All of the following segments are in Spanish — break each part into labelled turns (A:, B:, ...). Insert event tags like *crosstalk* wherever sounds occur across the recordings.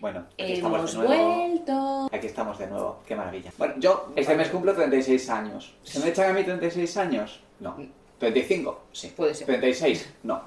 A: Bueno,
B: Eh,
A: aquí estamos
B: Hemos
A: de nuevo.
B: vuelto.
A: Aquí estamos de nuevo. Qué maravilla. Bueno, yo este mes cumplo 36 años. ¿Se me echan a mí 36 años? No. ¿35? Sí.
B: Puede ser.
A: 36, no.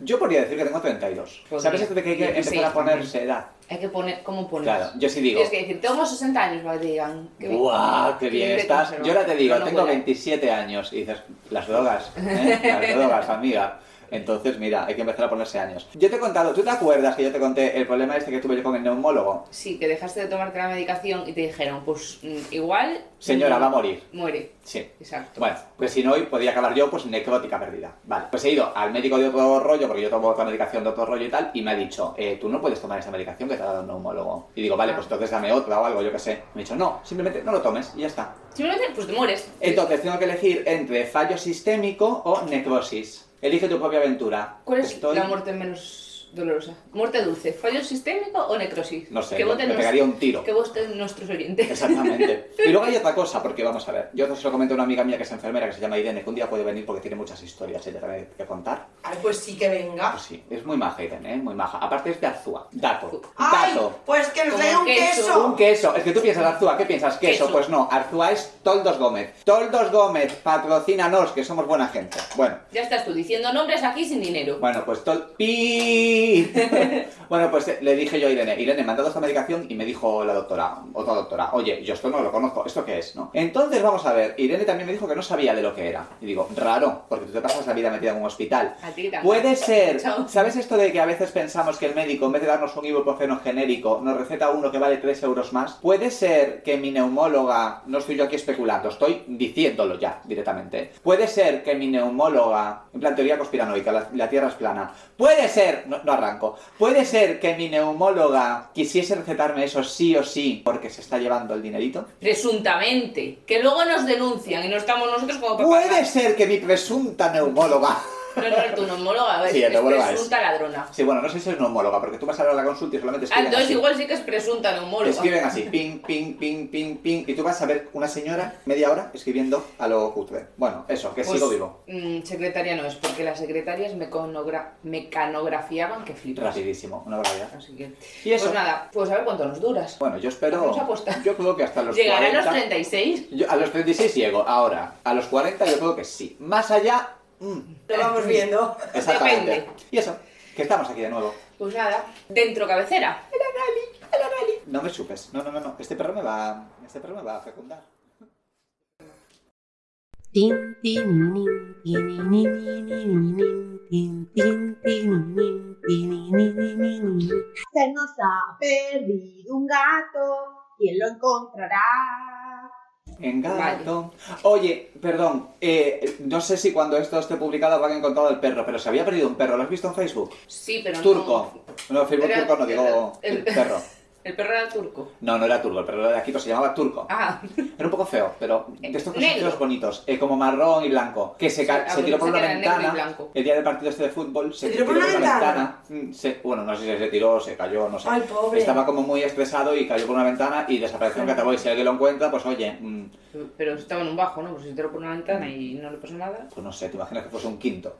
A: Yo podría decir que tengo 32.
B: Podría.
A: ¿Sabes esto de que hay que
B: 16
A: empezar a ponerse edad?
B: Hay que poner, ¿cómo pones?
A: Claro, yo sí digo.
B: Tienes Pues que decir, tengo 60 años para que te digan. que bien.
A: ¡Guau! ¡Qué bien
B: te
A: estás!
B: conservas.
A: Yo ahora te digo,
B: No, no
A: tengo
B: huele.
A: 27 años. Y dices, las drogas, ¿eh? Las drogas, amiga. Entonces, mira, hay que empezar a ponerse años. Yo te he contado, ¿tú te acuerdas que yo te conté el problema este que tuve yo con el neumólogo?
B: Sí, que dejaste de tomarte la medicación y te dijeron, pues mm, igual.
A: Señora,
B: mm,
A: va a morir.
B: Muere,
A: Sí.
B: exacto.
A: Bueno, pues si no, hoy podía acabar yo, pues necrótica perdida. Vale, pues he ido al médico de otro rollo, porque yo tomo otra medicación de otro rollo y tal, y me ha dicho, eh, tú no puedes tomar esa medicación que te ha dado un neumólogo. Y digo, vale,
B: Ah.
A: pues entonces dame otra o algo, yo qué sé. Me ha dicho, no, simplemente no lo tomes y ya está.
B: Simplemente, pues te mueres.
A: Entonces tengo que elegir entre fallo sistémico o necrosis. Elige tu propia aventura.
B: ¿Cuál es
A: Estoy-
B: la muerte menos dolorosa? ¿Muerte dulce? ¿Fallo sistémico o necrosis?
A: No sé,
B: que
A: me,
B: voten
A: me
B: nos-
A: pegaría un tiro.
B: Que voten nuestros oyentes. *laughs*
A: Exactamente. Y luego hay otra cosa, porque vamos a ver, yo se lo comento a una amiga mía que es enfermera, que se llama Irene, que un día puede venir porque tiene muchas historias, ella también que contar.
C: Ay, pues sí que venga.
A: Pues sí, es muy maja Irene, ¿eh? muy maja. Aparte es de Arzúa. Dato.
C: ¡Ay!
A: Dato.
C: Pues que nos
B: Como
C: dé un
B: queso.
C: queso.
A: Un queso. Es que tú piensas Arzúa, ¿qué piensas? Queso.
B: Queso.
A: Pues no, Arzúa es Toldos Gómez. Toldos Gómez, patrocínanos, que somos buena gente. Bueno.
B: Ya estás tú diciendo nombres aquí sin dinero.
A: Bueno, pues tol... ¡Pi! bueno, pues eh, le dije yo a Irene, Irene, me han dado esta medicación y me dijo la doctora, otra doctora, oye, yo esto no lo conozco, ¿esto qué es? ¿No? Entonces vamos a ver, Irene también me dijo que no sabía de lo que era. Y digo, raro, porque tú te pasas la vida metida en un hospital.
B: A ti también.
A: Puede ser.
B: Chao.
A: ¿Sabes esto de que a veces pensamos que el médico, en vez de darnos un ibuprofeno genérico, nos receta uno que vale 3 euros más? Puede ser que mi neumóloga, no estoy yo aquí especulando, estoy diciéndolo ya directamente. Puede ser que mi neumóloga, en plan teoría conspiranoica, la, la Tierra es plana. Puede ser, no, no arranco, puede ser que mi neumóloga quisiese recetarme eso sí o sí porque se está llevando el dinerito.
B: Presuntamente. Que luego nos denuncian y no estamos nosotros como papá.
A: Puede ser que mi presunta neumóloga...
B: No, no, es tu neumóloga. Es,
A: Sí, el
B: es
A: neumóloga es.
B: presunta ladrona.
A: Sí, bueno, no sé si es neumóloga, porque tú vas a la consulta y solamente
B: Ah,
A: escriben
B: entonces
A: así.
B: igual sí que es presunta neumóloga.
A: Escriben así, ping, ping, ping, ping, ping, y tú vas a ver una señora media hora escribiendo a lo cutre. Bueno, eso, que
B: Pues,
A: sigo vivo.
B: mm, secretaria no es, porque las secretarias mecanogra- mecanografiaban que flipas.
A: Rapidísimo, una barbaridad.
B: Así que...
A: Y eso.
B: Pues nada, pues a ver cuánto nos duras.
A: Bueno, yo espero...
B: Hacemos apuesta.
A: Yo creo que hasta los
B: ¿Llegará
A: 40...
B: a los 36?
A: Yo, a los 36 llego, ahora. A los 40 yo creo que sí. Más allá... mm,
C: Lo vamos viendo.
A: exactamente.
B: Depende.
A: Y eso, que estamos aquí de nuevo.
B: *laughs* Pues nada, dentro cabecera.
A: No me chupes. No, no, no, no. Este perro me va... Este perro me va a fecundar.
D: Tin, tin, nin, tin, nin, nin, nin, nin, tin, tin, tin, nin, tin, nin, nin, nin, nin.
E: Se nos ha perdido un gato, ¿quién lo encontrará?
A: Engato. Oye, perdón, eh, no sé si cuando esto esté publicado habrán encontrado el perro, pero se había perdido un perro, ¿lo has visto en Facebook?
B: Sí, pero no-
A: turco. No, Facebook
B: Era-
A: turco no digo
B: era- *laughs*
A: el perro.
B: El perro era turco.
A: No, no era turco, el perro era de aquí, pero se llamaba turco.
B: Ah,
A: Era un poco feo, pero de estos que son
B: Negro.
A: feos bonitos, eh, como marrón y blanco, que se, ca-
B: *laughs* Sí, ah,
A: se tiró por
B: pensé
A: una
B: que era negro y
A: ventana
B: blanco.
A: el día del partido este de fútbol, se, tiró por una ventana. Mm, se- bueno, no sé si se tiró, se cayó, no sé.
C: Ay, pobre.
A: Estaba como muy estresado y cayó por una ventana y desapareció en Cataboy. Si alguien lo encuentra, pues oye, mm,
B: pero estaba en un bajo, ¿no? Pues se tiró por una ventana y no le pasó nada.
A: pues no sé, te imaginas que fuese un quinto.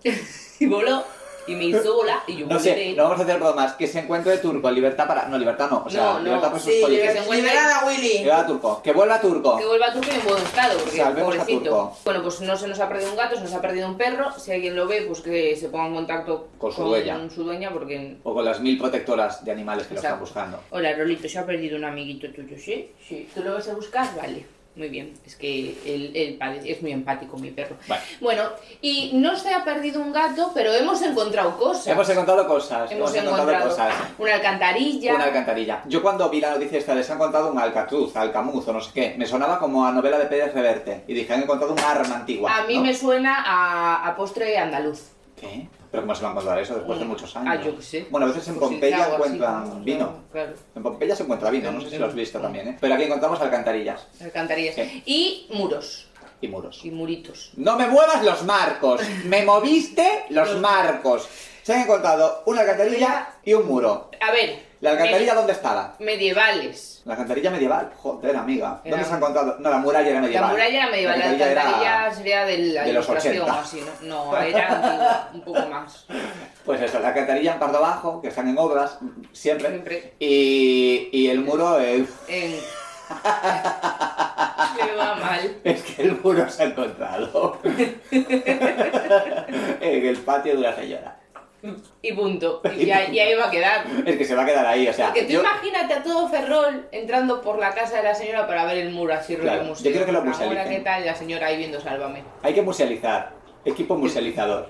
B: Y voló. Y me hizo volar. Y yo
A: No
B: volé.
A: sé, no vamos a hacer bromas. Que se encuentre Turco, libertad para. No, libertad no. O sea,
B: No, no,
A: libertad para sus
C: Sí,
A: políticos.
B: se
C: libera-
B: encuentra-
C: liberada Willy.
A: Lleva a Turco. Que vuelva a Turco.
B: Que vuelva a Turco en buen estado, porque
A: Salvemos a
B: pobrecito.
A: Turco.
B: Bueno, pues no se nos ha perdido un gato, se nos ha perdido un perro. Si alguien lo ve, pues que se ponga en contacto
A: Con su dueña.
B: su dueña, porque.
A: O con las mil protectoras de animales que
B: Exacto.
A: lo están buscando.
B: Hola, Rolito, se ha perdido un amiguito tuyo, ¿sí? Sí. ¿Tú lo vas a buscar? Vale. Muy bien. Es que él, él pade- es muy empático, mi perro.
A: Vale.
B: Bueno, y no se ha perdido un gato, pero hemos encontrado cosas.
A: Hemos encontrado cosas. Hemos,
B: Hemos
A: encontrado,
B: encontrado
A: cosas.
B: Una alcantarilla.
A: Una alcantarilla. Yo cuando vi la noticia esta, les han contado un alcatruz, alcamuz o no sé qué. Me sonaba como a novela de Pérez Reverte. Y dije, han encontrado un arma antigua.
B: a mí
A: ¿no?
B: me suena a, a postre andaluz.
A: ¿Qué? ¿Pero cómo se van a encontrar eso después de
B: Mm.
A: muchos años?
B: Ah, yo qué sé.
A: Bueno, a veces en
B: Pues sí,
A: Pompeya
B: algo así,
A: encuentran
B: ¿no?
A: vino.
B: Claro.
A: En Pompeya se encuentra vino, no sé si lo has visto también, ¿eh? Pero aquí encontramos alcantarillas
B: Alcantarillas.
A: Sí.
B: Y muros.
A: y muros.
B: Y muritos.
A: No me muevas los marcos. Me moviste los
B: *laughs* Los-
A: marcos. Se han encontrado una alcantarilla y un muro.
B: A ver,
A: ¿La alcantarilla dónde estaba?
B: Medievales.
A: La alcantarilla medieval. Joder, amiga. ¿Dónde
B: Era-
A: se ha encontrado? No, la muralla era medieval.
B: Eh, La muralla era medieval, la
A: alcantarilla era-
B: alcantarilla sería de la
A: de los
B: ilustración
A: 80.
B: o así, ¿no? No, era antigua, un poco más.
A: *laughs* Pues eso, la alcantarilla en Pardo Bajo, que están en obras, siempre.
B: Siempre
A: Y, y el muro, eh,
B: en... *laughs* Me va mal.
A: es que el muro se ha
B: *laughs*
A: encontrado. en el patio de una señora. *laughs*
B: Y punto. Y, ahí- y ahí va a quedar.
A: Es que se va a quedar ahí, o sea.
B: Porque tú
A: yo-
B: imagínate a todo Ferrol entrando por la casa de la señora para ver el muro así rollo
A: Claro, yo
B: museo.
A: creo que lo
B: Ahora,
A: musealicen.
B: ¿qué tal? La señora ahí viendo Sálvame.
A: Hay que musealizar. Equipo musealizador.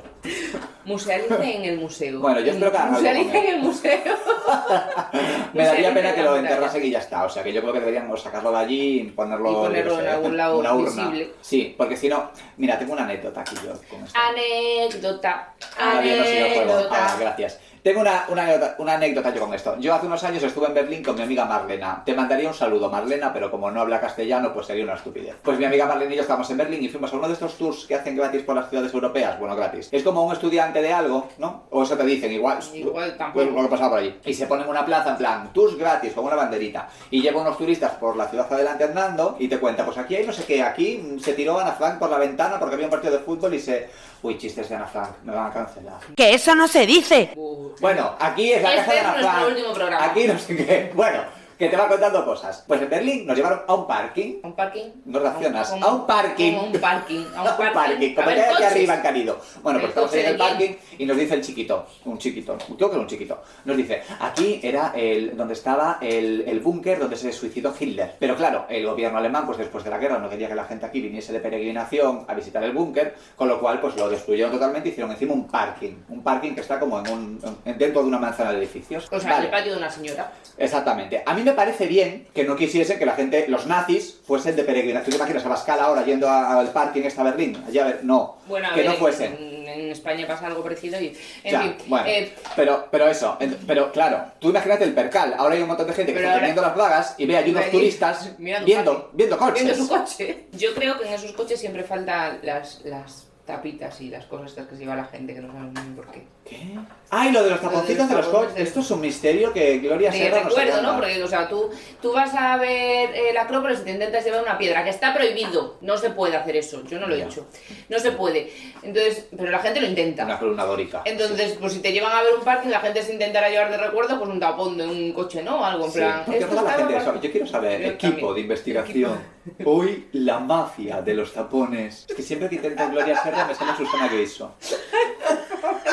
B: Musealicen en el museo.
A: Bueno, yo espero que hagan algo con
B: Musealicen en el museo.
A: Me daría
B: Musealicen
A: pena que
B: la
A: lo
B: muralla.
A: enterrasen y ya está. O sea, que yo creo que deberíamos sacarlo de allí y ponerlo,
B: Y ponerlo
A: yo qué
B: en algún lado
A: una urna.
B: visible.
A: Sí, porque si no. Mira, tengo una anécdota aquí yo con esto.
B: Anécdota.
A: Ah, bien, no sigo el juego.
C: Anécdota.
A: Ah, gracias. Tengo una, una anécdota, una anécdota yo con esto. Yo hace unos años estuve en Berlín con mi amiga Marlena. Te mandaría un saludo, Marlena, pero como no habla castellano, pues sería una estupidez. Pues mi amiga Marlena y yo estábamos en Berlín y fuimos a uno de estos tours que hacen gratis por las ciudades europeas. Bueno, gratis. Es como un estudiante de algo, ¿no? O eso te dicen, igual.
B: Igual
A: Pues
B: tampoco.
A: lo que pasaba por allí. Y se ponen una plaza en plan, tours gratis, con una banderita. Y lleva unos turistas por la ciudad adelante andando y te cuenta, pues aquí hay no sé qué, aquí mm, se tiró Ana Frank por la ventana porque había un partido de fútbol y se... Uy, chistes de Ana Frank, me van a cancelar.
D: Que eso no se dice.
B: Uh,
A: Bueno, aquí es la
B: Este
A: casa de
B: es
A: Ana
B: nuestro
A: Frank.
B: último programa.
A: Aquí no sé qué. Bueno, que te va contando cosas. Pues en Berlín nos llevaron a un parking.
B: ¿Un parking?
A: No reaccionas.
B: Un-
A: A un parking.
B: como
A: *laughs*
B: un parking. A un parking. A
A: Como
B: ver,
A: que hay aquí
B: coches.
A: arriba en Canido. Bueno, pues
B: El
A: estamos ahí en el
B: coche de
A: parking y nos dice el chiquito. Un chiquito. Creo que era un chiquito. Nos dice, aquí era el donde estaba el, el búnker donde se suicidó Hitler. Pero claro, el gobierno alemán, pues después de la guerra, no quería que la gente aquí viniese de peregrinación a visitar el búnker, con lo cual pues lo destruyeron totalmente y hicieron encima un parking. Un parking que está como en un, en- dentro de una manzana de edificios.
B: O sea,
A: Vale.
B: el patio de una señora.
A: Exactamente. A mí me parece bien que no quisiesen que la gente, los nazis, fuesen de peregrinación. ¿Te imaginas a Bascal ahora yendo a- al parking esta Berlín? Allá a ver, no.
B: Bueno, a
A: que
B: ver,
A: no fuesen.
B: En, en España pasa algo parecido y. En
A: Ya,
B: fin.
A: bueno,
B: eh,
A: pero, pero eso, ent- pero claro, tú imagínate el percal. Ahora hay un montón de gente que
B: Pero
A: está
B: ahora-
A: teniendo las vagas y ve allí unos
B: allí,
A: turistas
B: mirando
A: viendo,
B: parking.
A: viendo coches.
B: viendo su coche. Yo creo que en esos coches siempre faltan las, las tapitas y las cosas estas que se lleva la gente que no sabemos muy bien por qué.
A: ¿Qué? Ay, lo de los taponcitos de los coches.
B: tapones.
A: Esto es un misterio que Gloria
B: Te
A: Serra nos
B: recuerdo,
A: aclara.
B: ¿no? Porque, o sea, tú, tú vas a ver eh, la Acrópolis y te intentas llevar una piedra, que está prohibido. No se puede hacer eso. Yo no lo he
A: Ya.
B: hecho. No se puede. Entonces, pero la gente lo intenta.
A: Una columna dórica.
B: Entonces, pues si te llevan a ver un parking, la gente se intentará llevar de recuerdo pues un tapón de un coche, ¿no? Algo en
A: Sí,
B: plan.
A: porque
B: esto
A: toda la
B: estaba
A: gente
B: para-
A: sabe. Yo quiero saber,
B: Yo
A: equipo
B: también.
A: de investigación. Hoy la mafia de los tapones. Es que siempre que intento Gloria Serra me sale Susana Griso.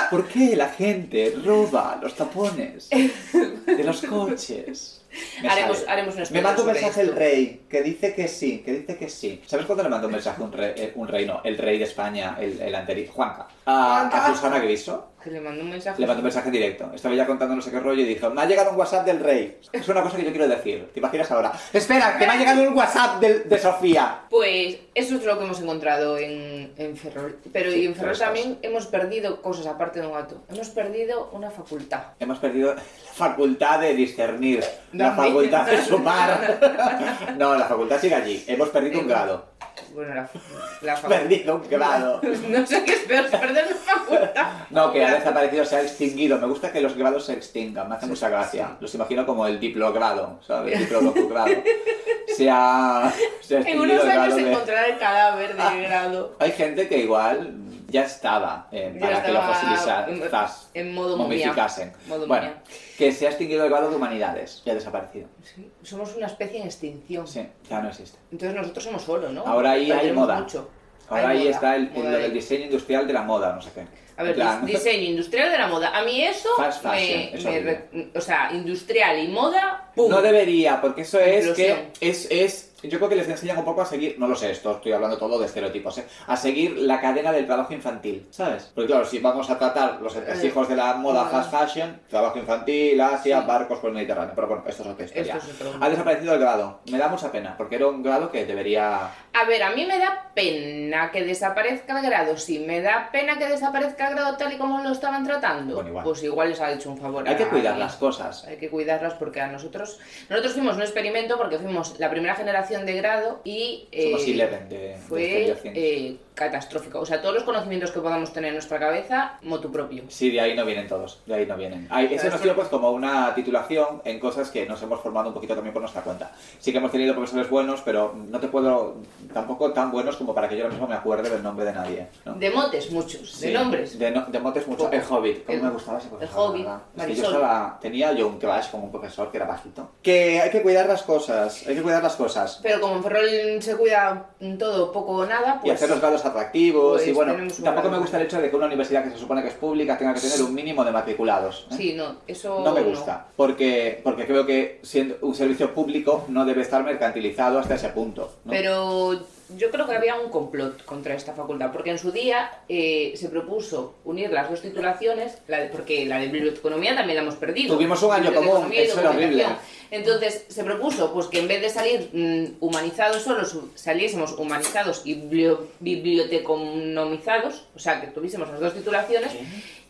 A: ¿Por qué la gente roba los tapones de los coches? Me
B: Haremos,
A: sale.
B: haremos un estudio
A: Me manda un
B: sobre
A: mensaje
B: esto.
A: el rey, que dice que sí, que dice que sí. ¿Sabes cuándo le mandó un mensaje un rey, eh, un rey no, el rey de España, el, el anterior, Juanca, a, a Susana Griso?
B: Que le mandó un mensaje.
A: Le mandó un mensaje directo. Estaba ya contando no sé qué rollo y dijo, me ha llegado un WhatsApp del rey. Es una cosa que yo quiero decir. ¿Te imaginas ahora? Espera, que me ha llegado un WhatsApp del- de Sofía.
B: Pues eso es lo que hemos encontrado en, en Ferrol. Pero
A: Sí,
B: y en Ferrol
A: pero
B: también hemos perdido cosas aparte de un gato. Hemos perdido una facultad.
A: Hemos perdido la facultad de discernir, la
B: Dame.
A: facultad de sumar. No, la facultad sigue allí. Hemos perdido un grado.
B: Bueno, la,
A: *laughs*
B: la facultad.
A: Perdido un grado.
B: No sé qué es peor, si perder una facultad.
A: No, que ha desaparecido, se ha extinguido. Me gusta que los grados se extingan, me hace mucha gracia. Los imagino como el diplogrado, ¿sabes? El diplodoctorgrado. Se ha, se ha
B: En
A: extinguido
B: unos
A: el grado
B: años
A: de- Ah.
B: encontrará el cadáver de grado.
A: Hay gente que igual ya estaba eh,
B: Ya
A: para que lo
B: estaba
A: fosilizas,
B: En modo momia.
A: momificasen.
B: Modo
A: Bueno,
B: momia.
A: que se ha extinguido el grado de humanidades y ha desaparecido.
B: Sí, somos una especie en extinción.
A: Sí, ya no existe.
B: Entonces nosotros somos oro, ¿no?
A: Ahora ahí hay
B: Perdemos
A: moda.
B: mucho.
A: Ahora
B: Hay
A: ahí
B: moda,
A: está el, el-
B: moda
A: lo
B: de-
A: del diseño industrial de la moda, no sé qué.
B: A ver,
A: En plan,
B: dis- diseño industrial de la moda. A mí eso
A: Fast fashion,
B: me,
A: eso
B: me
A: digo.
B: re- o sea, industrial y moda, pum.
A: *laughs* No debería, porque eso es
B: Inclusión.
A: que es, es. Yo creo que les enseñan un poco a seguir, no lo sé, esto estoy hablando todo de estereotipos, ¿eh? a seguir la cadena del trabajo infantil, ¿sabes? Porque claro, si vamos a tratar los entresijos de la moda
B: Ah.
A: fast fashion, trabajo infantil, Asia,
B: Sí.
A: barcos por el Mediterráneo, pero bueno, esto es otra historia.
B: Esto es otro.
A: Ha desaparecido el grado, me da mucha pena, porque era un grado que debería...
B: A ver, a mí me da pena que desaparezca el grado. Sí, me da pena que desaparezca el grado tal y como lo estaban tratando.
A: Bueno, igual.
B: Pues igual les ha hecho un favor.
A: Hay que
B: a-
A: cuidar las cosas.
B: Hay que cuidarlas porque a nosotros... Nosotros fuimos un experimento porque fuimos la primera generación de grado y...
A: Somos
B: eh,
A: 11 de... este de
B: fue
A: Stranger Things.
B: eh, catastrófico. O sea, todos los conocimientos que podamos tener en nuestra cabeza, motu propio.
A: Sí, de ahí no vienen todos, de ahí no vienen. Ahí- ese
B: Claro,
A: nos
B: sí.
A: dio pues como una titulación en cosas que nos hemos formado un poquito también por nuestra cuenta. Sí que hemos tenido profesores buenos, pero no te puedo, tampoco tan buenos como para que yo ahora mismo me acuerde del nombre de nadie. ¿no?
B: De motes, muchos.
A: Sí,
B: De nombres.
A: De, no- de motes mucho.
B: Poco.
A: El Hobbit. ¿Cómo
B: El-
A: me gustaba ese profesor?
B: Hobbit,
A: ¿verdad? Es que yo
B: Marisol.
A: estaba- tenía yo un crush con un profesor que era bajito. Que hay que cuidar las cosas, hay que cuidar las cosas.
B: Pero como en Ferrol se cuida todo, poco o nada,
A: y
B: pues...
A: hacer los grados atractivos.
B: pues
A: y bueno,
B: tenemos un
A: tampoco me
B: grado.
A: gusta el hecho de que una universidad que se supone que es pública tenga que tener un mínimo de matriculados. ¿eh?
B: Sí, no, eso...
A: No me gusta, porque, porque creo que siendo un servicio público no debe estar mercantilizado hasta ese punto. ¿no?
B: Pero yo creo que había un complot contra esta facultad, porque en su día eh, se propuso unir las dos titulaciones, la de- porque la de biblioteconomía también la hemos perdido.
A: Tuvimos un año
B: Biblioteconomía
A: común,
B: y
A: eso era
B: documentación.
A: horrible.
B: Entonces se propuso pues que en vez de salir mm, humanizados solo, su- saliésemos humanizados y biblio- biblioteconomizados, o sea, que tuviésemos las dos titulaciones,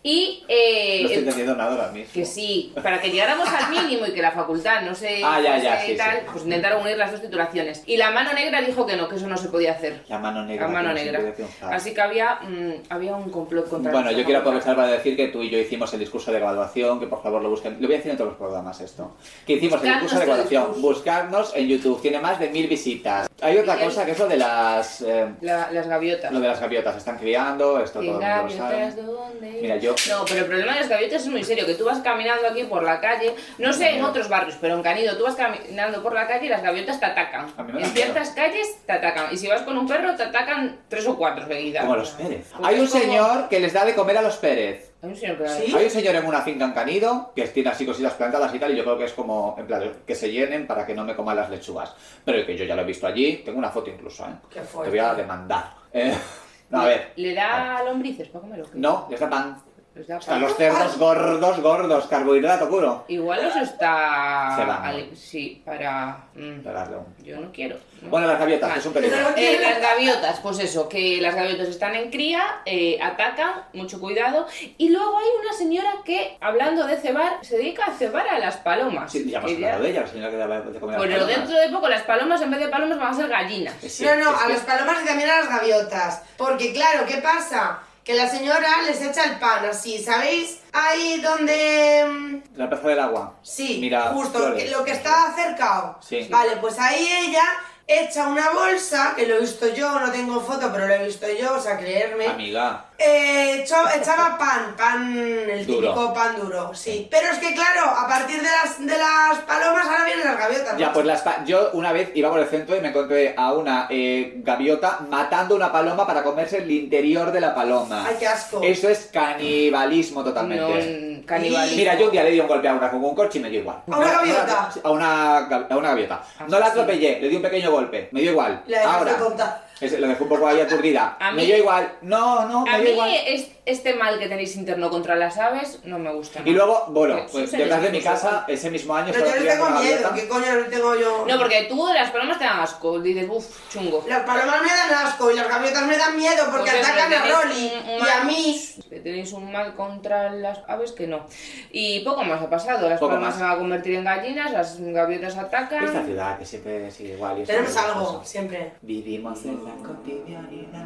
B: y... eh,
A: no estoy
B: en-
A: entendiendo nada ahora mismo.
B: que sí, para que llegáramos al mínimo y que la facultad no se
A: Ah, ya, ya,
B: fuese
A: sí,
B: tal,
A: sí.
B: pues intentaron unir las dos titulaciones. Y la mano negra dijo que no, que eso no se podía hacer.
A: La mano negra.
B: La mano
A: que no se
B: negra.
A: puede triunfar.
B: Así que había, mm, había un complot contra
A: Ah. Bueno,
B: nuestra
A: yo quiero
B: facultad.
A: aprovechar para decir que tú y yo hicimos el discurso de graduación, que por favor lo busquen. Lo voy a decir en todos los programas esto. Que hicimos el
B: Buscar
A: discurso de
B: nuestro
A: graduación.
B: discurso.
A: Buscarnos en YouTube. Tiene más de mil visitas. Hay otra
B: Bien.
A: cosa que es lo de las... eh,
B: La- las gaviotas.
A: lo de las gaviotas. Están criando, esto
B: ¿Qué
A: todo el mundo lo sabe.
B: gaviotas? ¿Dónde?
A: Mira, yo...
B: No, pero el problema de las gaviotas es muy serio, que tú vas caminando aquí por la calle, no sé en
A: Miedo.
B: otros barrios, pero en Canido tú vas caminando por la calle y las gaviotas te atacan.
A: A mí me da
B: En ciertas calles te atacan, y si vas con un perro te atacan tres o cuatro seguidas.
A: Como los Pérez.
B: Porque
A: Hay un
B: es como-
A: señor que les da de comer a los Pérez.
B: Hay un señor que
C: Sí.
A: Hay un señor en una finca en Canido que tiene así cositas plantadas y tal, y yo creo que es como, en plan, que se llenen para que no me coman las lechugas. Pero que yo ya lo he visto allí, tengo una foto incluso, ¿eh?
C: Qué
A: Te
C: fuerte.
A: voy a demandar. Eh, *laughs* a ver,
B: ¿Le da lombrices para comer o qué?
A: no, les da pan.
B: ¿Les da
A: Están
B: pan?
C: Ah.
A: los cerdos gordos, gordos, carbohidrato puro.
B: Igual los está...
A: Se van, ¿no?
B: al- Sí, para... mm,
A: Para darle un-
B: Yo no quiero. ¿no?
A: Bueno, las gaviotas, que es un peligro.
C: Ah.
B: Eh, las gaviotas, pues eso, que las gaviotas están en cría, eh, atacan, mucho cuidado. Y luego hay una señora que, hablando de cebar, se dedica a cebar a las palomas.
A: Sí, ya hemos
B: Que ya-
A: hablado de ella, la señora que daba de comer a las
B: Bueno,
A: palomas.
B: dentro de poco las palomas en vez de palomas van a ser gallinas.
A: Que sí,
C: no, no,
A: es
C: a
A: que-
C: las palomas y también a las gaviotas. Porque claro, ¿qué pasa? Que la señora les echa el pan así, ¿sabéis? Ahí donde... mm,
A: La plaza del agua.
C: Sí,
A: Mira,
C: justo,
A: flores.
C: que- lo que está cercado.
A: Sí.
C: Vale, pues ahí ella echa una bolsa, que lo he visto yo, no tengo foto, pero lo he visto yo, o sea, creerme.
A: Amiga.
C: Eh, cho- echaba pan, pan, el
A: Duro.
C: típico pan duro, sí. Pero es que claro, a partir de las, de las palomas ahora vienen las gaviotas.
A: Ya,
C: macho.
A: pues las pa- yo una vez iba por el centro y me encontré a una eh, gaviota matando una paloma para comerse el interior de la paloma.
C: Ay, qué asco.
A: Eso es canibalismo totalmente.
B: No, mm, canibalismo.
A: Mira, yo un día le di un golpe a una con un coche y me dio igual.
C: ¿A una gaviota? Ah,
A: A una, ga- a una gaviota. No la atropellé, le di un pequeño golpe. Me dio igual.
C: La dejaste
A: Ahora.
C: tonta.
A: Es- la dejé un poco ahí aturdida.
B: A
A: Me
B: mí-
A: dio igual. No, no,
B: A
A: me dio
B: mí
A: igual.
B: es- este mal que tenéis interno contra las aves no me gusta.
A: Y
B: ¿no?
A: luego, bueno,
B: Que
A: pues
B: son
A: detrás de mi
B: seres
A: casa, ese mismo año,
C: Pero yo
A: solo
C: les
A: criaron
C: tengo
A: una
C: miedo,
A: gaviota.
C: ¿qué coño les tengo yo?
B: No, porque tú de las palomas te dan asco, dices, uff, chungo.
C: Las palomas me dan asco y las gaviotas me dan miedo porque
B: Pues eso,
C: atacan a
B: tenéis
C: Rolly
B: un- un
C: y a
B: mal-
C: mí.
B: que Tenéis un mal contra las aves que no. Y poco más ha pasado. Las
A: Poco
B: palomas
A: más.
B: se van a convertir en gallinas, las gaviotas atacan.
A: Esta ciudad que siempre sigue igual. y es
C: Tenemos
A: maravillosa.
C: algo, siempre.
A: Vivimos en la cotidianidad.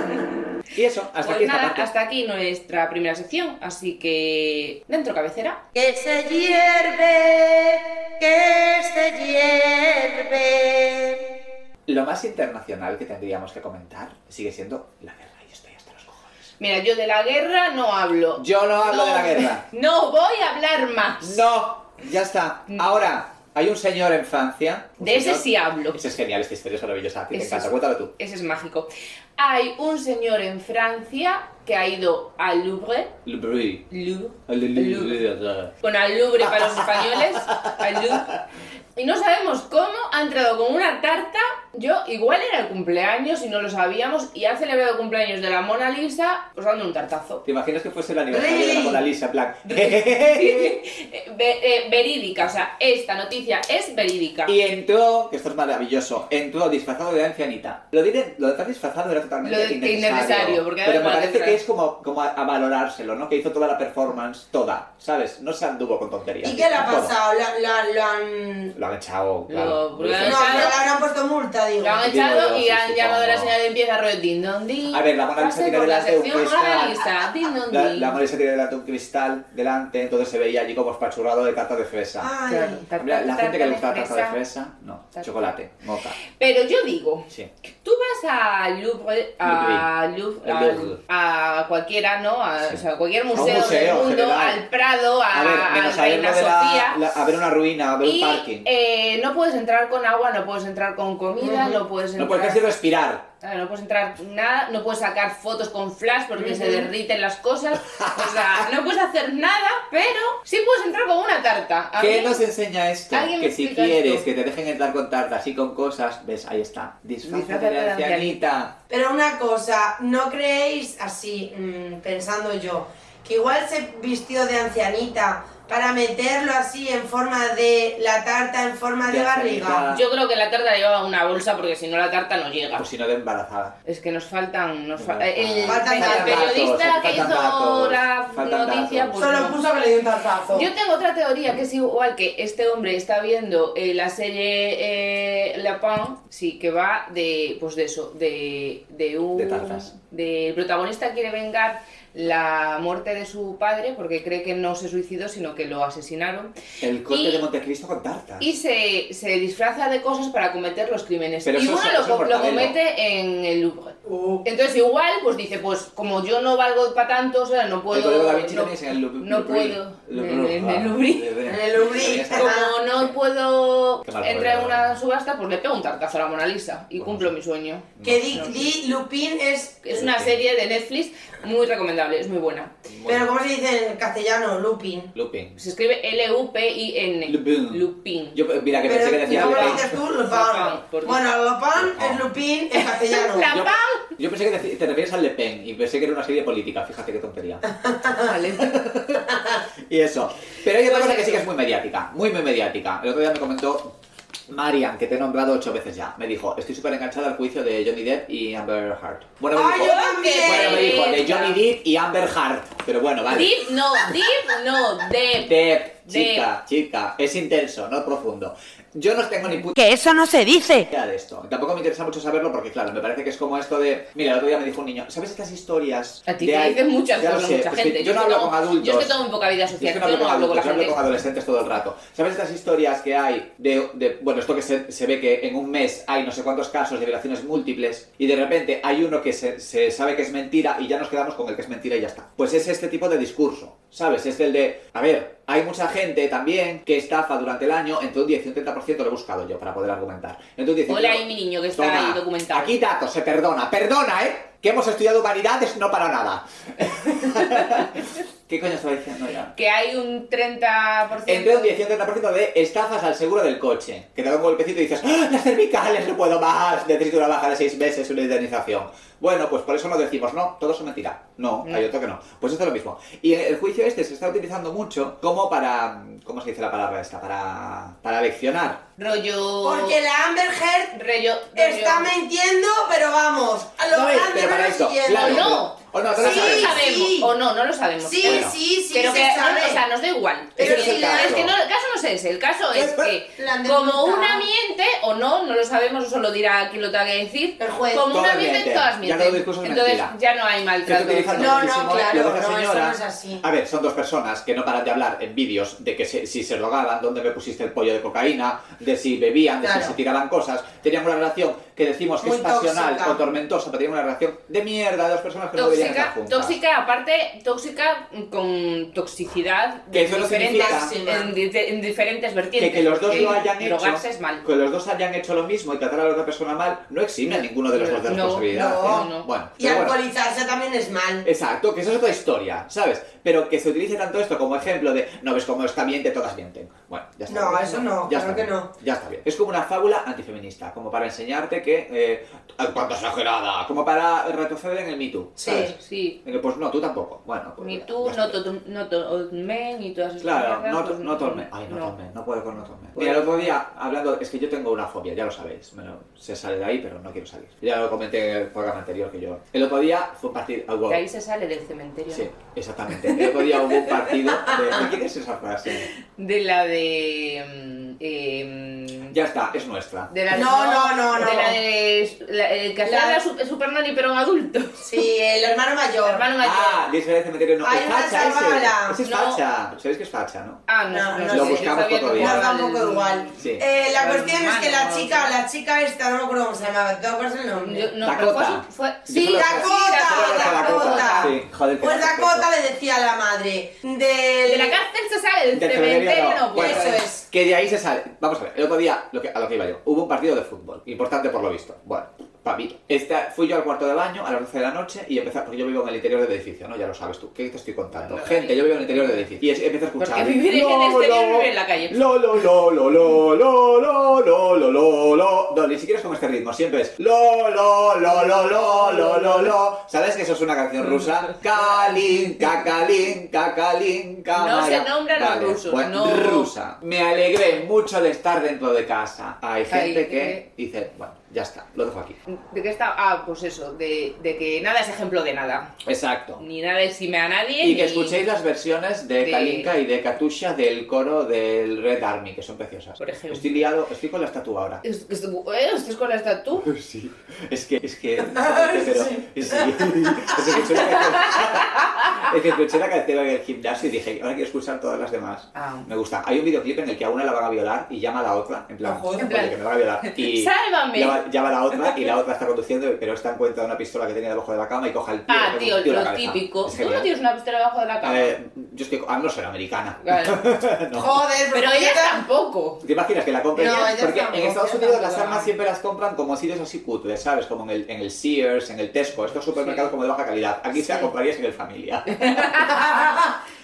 A: *laughs* y eso, hasta
B: Pues
A: aquí esta
B: nada,
A: parte.
B: hasta aquí nuestra primera sección. Así que, dentro cabecera.
D: Que se hierve, que se hierve.
A: Lo más internacional que tendríamos que comentar sigue siendo la guerra. Y estoy hasta los cojones.
B: Mira, yo de la guerra no hablo.
A: Yo no hablo
B: No.
A: de la guerra.
B: *laughs* No voy a hablar más.
A: No, ya está. Ahora, hay un señor en Francia. un
B: Mm. De ese
A: señor-
B: sí hablo.
A: Ese es genial, esta historia es maravillosa. A ti te
B: Ese
A: encanta,
B: es-
A: cuéntalo tú.
B: Ese es mágico. Hay un señor en Francia que ha ido al Louvre.
A: Le bruit.
B: Louvre.
A: Le- le-
B: Louvre.
A: le- le-
B: con al Louvre para
A: *laughs*
B: los españoles, al Louvre. Y no sabemos cómo ha entrado con una tarta. Yo, igual era el cumpleaños y no lo sabíamos, y ha celebrado el cumpleaños de la Mona Lisa, pues dando
A: *laughs*
B: un tartazo.
A: ¿Te imaginas que fuese el aniversario de la
C: Really?
A: Mona Lisa? En plan. *laughs*
B: Eh, ve- eh, verídica, o sea, esta noticia es verídica.
A: Y entró, que esto es maravilloso, entró disfrazado de ancianita. Lo diré, lo de estar disfrazado era totalmente
B: Lo de que
A: innecesario.
B: innecesario, porque
A: pero me
B: además
A: parece
B: de-
A: que es como, como a, a valorárselo, ¿no? Que hizo toda la performance, toda, ¿sabes? No se anduvo con tonterías.
C: ¿Y qué le ha
A: Todo.
C: pasado? La, la, la han...
A: Lo han echado,
B: Lo-
A: claro.
B: lo han
C: No,
B: echado.
C: pero le habrán puesto vuelta, digo.
B: Lo han
A: Digo
B: echado
A: yo,
B: y
A: sí,
B: han llamado a la
A: supongo.
B: señora de limpieza rollo din don din.
A: A ver, la Mona Lisa
B: Pase
A: tiene
B: por la
A: delante un
B: sección Mona
A: cristal.
B: Lisa, din don
A: La,
B: din.
A: la Mona Lisa tiene delante un cristal delante, entonces se veía allí como espachurrado de tarta de fresa.
C: Ay,
B: Claro. Tarta-
A: Mira, la gente que le gusta la
B: Ah, tarta de
A: tarta de
B: fresa.
A: fresa, no,
B: Tarta.
A: chocolate, moca,
B: Pero yo digo,
A: sí.
B: tú vas a Louvre, a, Louvre,
A: Al Louvre.
B: a, a cualquiera, ¿no? A,
A: Sí.
B: O sea, cualquier
A: un
B: museo,
A: museo,
B: del mundo,
A: general.
B: al Prado, a,
A: A ver, menos
B: a
A: a ver,
B: Reina
A: lo de la-
B: Sofía.
A: la- a ver una ruina, a ver un
B: y
A: parking.
B: eh, no puedes entrar con agua, no puedes entrar con comida,
C: Ujú.
B: no puedes entrar...
A: no puedes casi respirar.
B: Ah, no puedes entrar nada, no puedes sacar fotos con flash porque se derriten las cosas.
A: *laughs*
B: O sea, no puedes hacer nada, pero sí puedes entrar con una tarta. A
A: ¿Qué
B: mí-
A: nos enseña esto?
B: ¿Alguien me
A: Que si
B: explica
A: quieres
B: esto?
A: que te dejen entrar con tartas y con cosas, ves, ahí está. Disfrázate
B: Disfrázate
A: de
B: de
A: ancianita.
C: Pero una cosa, ¿no creéis así, mm, pensando yo, que igual se vistió de ancianita para meterlo así en forma de la tarta, en forma de,
A: De
C: barriga?
A: ancianita.
B: Yo creo que la tarta llevaba una bolsa porque si no la tarta no llega.
A: O Ah, pues si no, de embarazada.
B: Es que nos faltan. Nos fa-
A: Faltan-
B: el,
C: faltan
B: el
C: datos,
B: periodista
A: faltan
B: que hizo
A: datos,
B: la
A: faltan
B: noticia.
A: datos.
B: Pues
C: Solo
B: no.
C: puso que le dio un tartazo.
B: Yo tengo otra teoría que es igual que este hombre está viendo eh, la serie eh, La Pan, sí, que va de, pues de eso, de, de un...
A: De tartas.
B: de- el protagonista quiere vengar la muerte de su padre porque cree que no se suicidó, sino que lo asesinaron.
A: El corte
B: Y-
A: de Montecristo con tartas.
B: Y se, se disfraza de cosas para cometer los crímenes.
A: Pero
B: y
A: eso
B: uno
A: es-
B: lo,
A: eso es
B: co- lo
A: mortadelo.
B: comete en el Louvre.
C: Uh,
B: Entonces igual, pues dice, pues como yo no valgo para tanto, o sea, no puedo...
A: el código da Vinci
B: no-
A: tenéis en el Lu-
B: no
A: Lubrí.
B: puedo.
A: Lu-
B: En- en el
A: ah,
B: Lubrí.
A: Lubrí.
C: En el Lubrí.
A: Ahí está.
B: Como *laughs* no puedo
A: Qué mal
B: entrar en
A: rollo,
B: una
A: ¿verdad?
B: subasta, pues le pego un tartazo a la Mona Lisa y
A: Bueno,
B: cumplo
A: sí.
B: mi sueño.
C: que di,
A: No, no sé.
C: di Lupin es...
B: Pues Es una
A: Sí.
B: serie de Netflix muy recomendable, es muy buena.
C: Pero ¿cómo se dice en castellano? Lupin.
A: Lupin.
B: Se escribe L-U-P-I-N.
A: Lupin.
B: E. Lupin.
A: Yo, mira, que
C: Pero,
A: pensé que
C: ¿y
A: decía
C: ¿Cómo lo
A: Lupin.
C: dices tú?
B: Lupin,
C: Lupin.
B: porque-
C: Bueno, Lupin es
A: Lupin.
C: Lupin en
B: *laughs*
C: castellano.
B: La
A: Yo-
B: pan.
A: Yo pensé que te, te referías al Le Pen y pensé que era una serie política, fíjate qué tontería.
B: Ah, *laughs* Vale.
A: Y eso. Pero hay otra
B: Pues
A: cosa que
B: eso.
A: sí que es muy mediática, muy, muy mediática. El otro día me comentó Marian, que te he nombrado ocho veces ya. Me dijo, estoy súper enganchada al juicio de Johnny Depp y Amber Heard. Bueno, me
C: ¡Ay, yo
A: dijo,
C: también!
A: bueno, me dijo, de
B: Depp.
A: Johnny Depp y Amber Heard. Pero bueno, vale.
B: Deep no, Deep no,
A: Depp,
B: Deep. Depp.
A: chica, chica, es intenso, no profundo. Yo no tengo ni puta
D: Que eso no se dice.
A: idea de esto. Tampoco me interesa mucho saberlo porque, claro, me parece que es como esto de. Mira, el otro día me dijo un niño, ¿sabes estas historias?
B: A ti
A: de
B: te
A: ahí-
B: dicen muchas
A: Ya lo
B: cosas,
A: sé,
B: mucha
A: pues que
B: gente.
A: Yo
B: es
A: no
B: que
A: hablo
B: tengo-
A: con adultos.
B: Yo es que tengo muy poca vida
A: Yo es
B: social,
A: que
B: yo
A: no hablo con
B: hablo con la
A: adultos, yo hablo
B: gente.
A: con adolescentes todo el rato. ¿Sabes estas historias que hay de, de- bueno, esto que se, se ve que en un mes hay no sé cuántos casos de violaciones múltiples y de repente hay uno que se, se sabe que es mentira y ya nos quedamos con el que es mentira y ya está? Pues es este tipo de discurso, ¿sabes? Es el de, a ver, hay mucha gente también que estafa durante el año, entre un 10 y un 30% lo he buscado yo para poder argumentar. Entre un 10 y un
B: Hola,
A: 30%.
B: ahí mi niño que está
A: Toma,
B: ahí documentado.
A: Aquí datos, se perdona, perdona, ¿eh? Que hemos estudiado humanidades no para
B: *laughs*
A: nada. ¿Qué coño estaba diciendo ya?
B: Que hay un 30%.
A: Entre un 10 y un 30% de estafas al seguro del coche. Que te da un golpecito y dices, ¡Ah, las cervicales, no puedo más, necesito una baja de 6 meses, una indemnización. Bueno, pues por eso no decimos, no, todo es mentira. No,
B: No.
A: hay otro que no. Pues esto es lo mismo. Y el juicio este se está utilizando mucho como para, ¿cómo se dice la palabra esta? Para, para leccionar.
B: Rollo.
C: Porque la Amber Heard
B: Rollo.
C: Está
B: rollo-
C: mintiendo, pero vamos, a lo
A: No, eh,
C: grande
A: pero
C: no
A: para
C: lo
A: esto,
C: siguiente.
A: claro.
B: no.
A: O no, no lo
B: Sí,
A: sabemos.
B: sabemos.
C: Sí.
B: O no, no lo sabemos.
C: Sí,
A: Bueno.
C: sí, sí,
B: pero
C: se
B: que no,
C: sabe.
B: o sea, nos da igual.
C: Pero
B: es,
C: sí,
B: que,
C: claro.
B: es que no, el caso no es ese, el caso es que
C: La han
B: como
C: desmontado.
B: una miente, o no, no lo sabemos, eso lo dirá quien lo tenga que decir,
C: El juez.
B: como una
A: Todas
B: miente,
A: mienten.
B: todas
A: Ya
B: mienten.
A: todo discurso es
B: Entonces
A: mentira.
B: ya no hay
A: Que se
B: maltrato.
A: utilizan
C: No, no,
A: muchísimo lo
C: claro,
A: de esa
C: no, eso
A: señora.
C: no es así.
A: A ver, son dos personas que no paran de hablar en vídeos de que se- si se drogaban, dónde me pusiste el pollo de cocaína, de si bebían, de
C: Claro.
A: si se tiraban cosas. Tenían una relación que decimos que
C: Muy
A: es pasional
C: tóxica.
A: o tormentosa, pero tenían una relación de mierda de dos personas que no deberían estar
B: Tóxica,
A: juntas.
B: tóxica, aparte, tóxica con toxicidad
A: Que eso
B: en
A: no
B: diferentes,
C: significa-
B: en, di- en diferentes vertientes.
A: Que, que los dos
B: porque
A: lo hayan hecho,
B: Drogarse es mal.
A: que los dos hayan hecho lo mismo y tratar a la otra persona mal, no exime a ninguno de los dos de
B: No,
A: responsabilidad.
C: no,
A: ¿eh? Bueno,
B: no.
C: Y
A: pero bueno. Eh,
C: alcoholizarse también es mal.
A: Exacto, que eso es otra historia, ¿sabes? Pero que se utilice tanto esto como ejemplo de no ves cómo está miente, todas mienten. Bueno, ya está.
C: No,
A: bien.
C: eso no,
A: ya
C: claro
A: está
C: que
A: bien,
C: no.
A: Ya está bien. Es como una fábula antifeminista, como para enseñarte que. Eh, ¡ay, ¡Cuánto exagerada! Como para retroceder en el Me Too.
C: Sí.
A: ¿sabes?
B: Sí.
A: En el, Pues no, tú tampoco. Bueno, pues.
B: Ni
A: ya,
B: tú,
A: ya está
B: no
A: bien.
B: to- no to- men y todas esas
A: Claro,
B: mierdas,
A: no, to-
B: pues,
A: no torme. Ay, no,
B: no.
A: torme, no puedo con no torme. Mira, el otro día, hablando, es que yo tengo una fobia, ya lo sabéis. Bueno, se sale de ahí, pero no quiero salir. Ya lo comenté en el programa anterior que yo. El otro día fue un partido. ah, wow.
B: De ahí se sale del cementerio.
A: Sí, exactamente. El otro día hubo un partido de... ¿De quién es esa frase?
B: De la de. mm, eh, mm,
A: Ya está, es nuestra.
B: De la-
C: No, no, no,
B: De
C: no.
B: la de. la- el que hacía
C: La-
B: la su- Supernanny, pero un adulto. *laughs*
C: Sí, el hermano mayor.
B: Hermano mayor.
A: Ah, 10 veces cementerio no.
C: Hay
A: es
C: una
A: facha
C: salvala.
A: ese. Ese es
B: No.
A: facha. Sabéis que es facha, ¿no?
B: Ah,
C: No,
B: no,
C: no
B: sé,
C: lo
B: yo
A: buscamos
B: sabía
A: otro
B: que
A: día.
C: No,
B: jugaba
C: tampoco
B: al-
C: igual.
A: Sí.
C: Eh, la
B: Los
C: cuestión es que la
B: hermanos,
C: chica,
B: sí.
C: la chica esta, no me acuerdo cómo se llamaba, ¿te acuerdas el
B: Yo-
C: nombre?
B: no,
A: Dakota.
B: pero fue su- fue-
A: Yo
B: Sí,
A: solo sé-
C: Dakota,
A: Solo sé a
C: Dakota.
A: Sí, joder.
C: Pues
A: qué
C: Dakota le decía a la madre del...
B: De la cárcel se sale, del
A: Del cementerio
B: cementerio
A: no.
B: no
A: Bueno,
B: puede.
C: Eso es.
A: Que de ahí se sale. Vamos a ver, el otro día, lo que- a lo que iba yo, hubo un partido de fútbol, importante por lo visto. Bueno, papi, esta, fui yo al cuarto de baño a las 12 de la noche y empecé, porque yo vivo en el interior del edificio, ¿no? Ya lo sabes tú, ¿qué te estoy contando? Gente, yo vivo en el interior del edificio y es- empecé a escuchar.
B: Porque vivir en este el
A: "Lo,
B: exterior
A: lo,
B: y vivir en la calle".
A: Lo, lo, lo, lo, lo, lo, lo, lo, lo, lo, lo. No, ni siquiera es como este ritmo, siempre es lo, lo, lo, lo, lo, lo, lo, lo. ¿Sabes que eso es una canción rusa? Kalinka, Kalinka, Kalinka.
B: No se
A: Maya. pues
B: nombran los rusos, no.
A: Rusa. Me alegré mucho de estar dentro de casa. Hay gente
B: Ay,
A: que
B: eh.
A: dice, bueno, ya está, lo dejo aquí.
B: ¿De qué está? Ah, pues eso, de, de que nada es ejemplo de nada.
A: Exacto.
B: Ni nada exime a nadie.
A: Y que
B: ni-
A: escuchéis las versiones de,
B: de-
A: Kalinka y de Katusha del coro del Red Army, que son preciosas.
B: Por ejemplo.
A: Estoy liado, estoy con la estatua ahora.
B: Es- es- eh, ¿Estás con la estatua?
A: Sí, es que, es
B: *laughs*
A: que, pero, sí. Es que escuché la canción- es que escuché la canción en el gimnasio y dije, ahora quiero escuchar todas las demás.
B: Ah.
A: Me gusta. Hay un videoclip en el que a una la van a violar y llama a la otra, en plan,
C: Ojo, en
A: "Oye,
B: plan,
A: que me van a
B: *laughs*
A: violar. Y
B: ¡Sálvame!
A: llama, llama a la otra y la otra está conduciendo, pero está en cuenta de una pistola que tenía debajo de la cama y coja el pie. y
B: Ah,
A: le pega
B: tío,
A: un tiro en la
B: lo
A: cabeza.
B: típico.
A: Es
B: Tú no
A: genial.
B: tienes una pistola debajo de la cama.
A: Eh, yo estoy *laughs* anglo-americana.
B: Claro.
C: *laughs* Joder,
B: Pero
C: porque
B: ella
C: ella-
B: tampoco.
A: ¿Te imaginas que la compren?
C: No,
A: ya?
C: ya
A: Porque
C: estamos,
A: en Estados
C: ya
A: Unidos
C: estamos.
A: las armas siempre las compran como sitios así cutres, ¿sabes? Como en el, en el Sears, en el Tesco, estos supermercados
B: Sí.
A: como de baja calidad. Aquí se la
B: Sí.
A: comprarías en el
B: *laughs*
A: Familia. *laughs*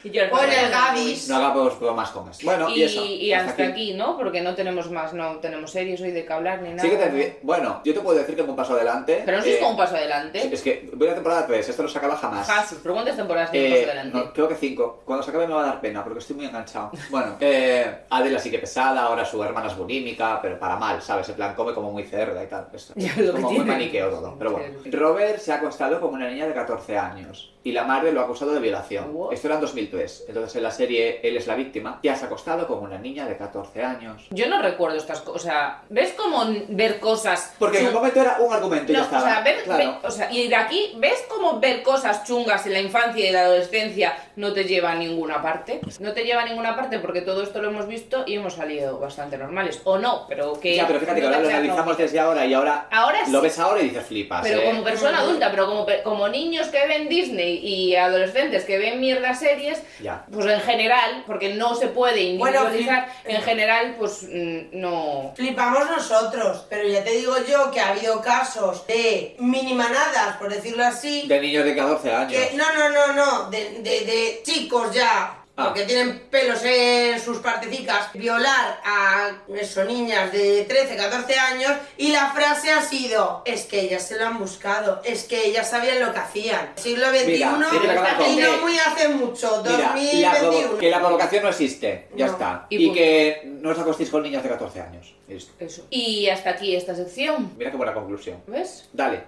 B: Y yo-
C: Por el Gavis.
A: No hagamos bromas con esto. Bueno, y,
B: Y,
A: eso.
B: y hasta, aquí. ¿no? Porque no tenemos más, no tenemos series hoy de que hablar ni nada.
A: Sí que te- Bueno, yo te puedo decir que tengo un paso adelante.
B: Pero no sé
A: eh,
B: si es como un paso adelante.
A: Es que voy a la temporada 3, esto no se acaba jamás.
B: Jesús, ¿pero cuántas temporadas tiene
A: Eh,
B: paso adelante?
A: no, creo que cinco. Cuando se acabe me va a dar pena porque estoy muy enganchado. Bueno, eh, Adela sí que pesada, ahora su hermana es bulímica, pero para mal, ¿sabes? En plan, come como muy cerda y tal. Esto,
B: *laughs* Ya,
A: es
B: lo que
A: como muy
B: tiene.
A: maniqueo todo. Pero bueno.
B: Sí.
A: Robert se ha acostado con una niña de 14 años y la madre lo ha acusado de violación.
B: What?
A: Esto era en 2003. Entonces en la serie él es la víctima y has acostado con una niña de 14 años.
B: Yo no recuerdo estas cosas. O sea, ¿ves cómo n- ver cosas?
A: Porque en
B: chun-
A: el momento era un argumento y
B: No,
A: ya
B: o
A: estaba.
B: sea, ver,
A: Claro.
B: ve- o sea, y de aquí, ¿ves cómo ver cosas chungas en la infancia y la adolescencia no te lleva a ninguna parte? No te lleva a ninguna parte porque todo esto lo hemos visto y hemos salido bastante normales. O no, pero que.
A: Ya, pero fíjate que
B: no
A: ahora
B: te
A: lo
B: sea
A: analizamos
B: propio.
A: desde ahora y ahora
B: Ahora sí.
A: lo ves ahora y dices flipas.
B: Pero
A: ¿eh?
B: como persona adulta, pero como, pe- como niños que ven Disney y adolescentes que ven mierda series,
A: Ya.
B: pues en general, porque no se puede
C: Bueno,
B: individualizar, en general, pues mm, no.
C: *laughs* Flipamos nosotros, pero ya te digo yo que ha habido casos de mini manadas, por decirlo así,
A: De niños de 14 años.
C: que no, no, no, no, de, de- de chicos ya,
A: Ah.
C: porque tienen pelos en sus partecicas, violar a eso, niñas de 13, 14 años, y la frase ha sido, es que ellas se lo han buscado, es que ellas sabían lo que hacían. Siglo XXI
A: Mira, tiene que acabar con
C: y
A: que-
C: no muy hace mucho,
A: Mira, y la provo-
C: 2021.
A: que la provocación no existe, ya
C: No.
A: está.
B: Y
A: Y,
B: punto.
A: que no os acostéis con niñas de 14 años. Listo.
B: Eso. Y hasta aquí esta sección.
A: Mira qué buena conclusión.
B: ¿Ves?
A: Dale.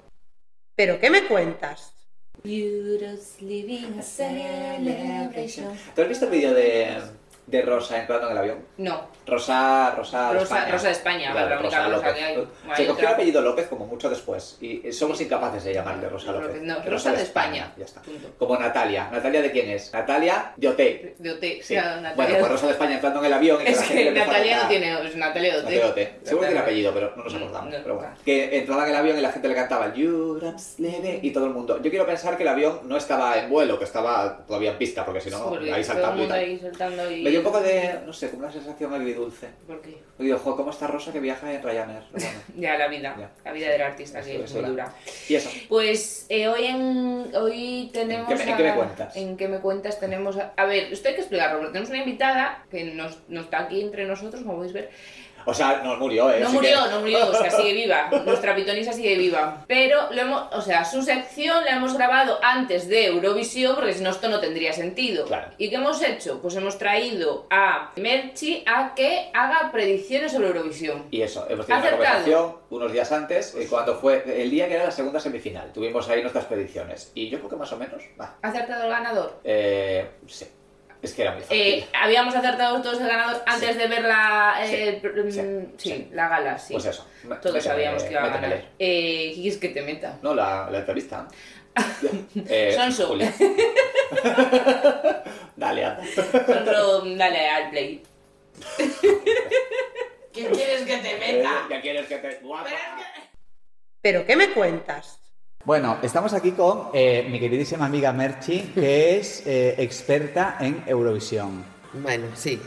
E: ¿Pero qué me cuentas?
A: ¿Te has visto el vídeo de, de Rosa entrando en el avión?
B: No,
A: Rosa, Rosa,
B: Rosa-
A: España.
B: Rosa de España,
A: Claro,
B: la única
A: Rosa
B: Rosa
A: López.
B: que hay. No hay
A: Se cogió
B: otra.
A: el apellido López como mucho después y somos incapaces de llamarle Rosa López.
B: No, Rosa de España.
A: Ya está.
B: punto.
A: Como Natalia. ¿Natalia de quién es? Natalia de OT.
B: De OT.
A: Sí.
B: claro, Natalia.
A: Bueno, pues Rosa de España entrando en el avión. Y
B: es
A: la gente le
B: que
A: empezó a
B: Natalia no
A: cantar.
B: tiene. Es Natalia de
A: No tengo té. Seguro que tiene
B: Natalia.
A: apellido, pero no nos
B: No,
A: acordamos.
B: no,
A: pero bueno.
B: no.
A: Que entraba en el avión y la gente le cantaba Europe's Leve y todo el mundo. Yo quiero pensar que el avión no estaba en vuelo, que estaba todavía en pista, porque si no,
B: Porque
A: ahí
B: todo el
A: saltando y
B: mundo
A: tal.
B: ahí saltando y...
A: Me dio un poco de, no sé, como una sensación agridulce.
B: ¿Por qué?
A: Y digo, jo, ¿cómo está Rosa que viaja en Ryanair? Pero bueno.
B: Ya, la vida.
A: Ya.
B: La vida del artista, que
A: Eso
B: es
A: es
B: muy
A: verdad.
B: dura.
A: Y eso.
B: Pues eh, hoy en hoy tenemos
A: ¿En qué me- en
B: a-
A: qué me cuentas?
B: en qué me cuentas tenemos a, a ver esto hay que explicarlo porque tenemos una invitada que nos, no está aquí entre nosotros como podéis ver
A: O sea, no murió, ¿eh?
B: no
A: Así que-
B: murió no murió o sea sigue
A: *laughs*
B: viva nuestra pitonisa sigue viva pero lo hemos o sea su sección la hemos grabado antes de Eurovisión porque si no esto no tendría sentido
A: Claro.
B: y qué hemos hecho pues hemos traído a Merchi a que haga predicciones sobre Eurovisión
A: Y eso, hemos tenido una
B: Acertado. Pues-
A: conversación unos días antes, eh, cuando fue el día que era la segunda semifinal. Tuvimos ahí nuestras predicciones. Y yo creo que más o menos, va.
B: ha acertado el ganador
A: Eh, sí. Es que era muy fácil.
B: Eh, habíamos acertado todos el ganador antes
A: Sí.
B: de ver la,
A: Sí.
B: eh, pr-
A: Sí.
B: mm, sí,
A: Sí.
B: la gala, sí.
A: Pues eso.
B: todos
A: Méteme-
B: sabíamos que iba a
A: méteme
B: ganar.
A: leer.
B: Eh, ¿Qué quieres que te meta?
A: No, la, la
B: *laughs*
A: entrevista. Eh,
B: Sonso. *laughs*
A: Julia. Dale, anda.
B: Solo *laughs* dale al play.
C: ¿Qué quieres que te meta?
A: Eh, Ya quieres que te... guapa.
C: Pero es que-
E: ¿Pero qué me cuentas?
A: Bueno, estamos aquí con eh, mi queridísima amiga Merchi, que es eh, experta en Eurovisión.
F: Bueno, sí.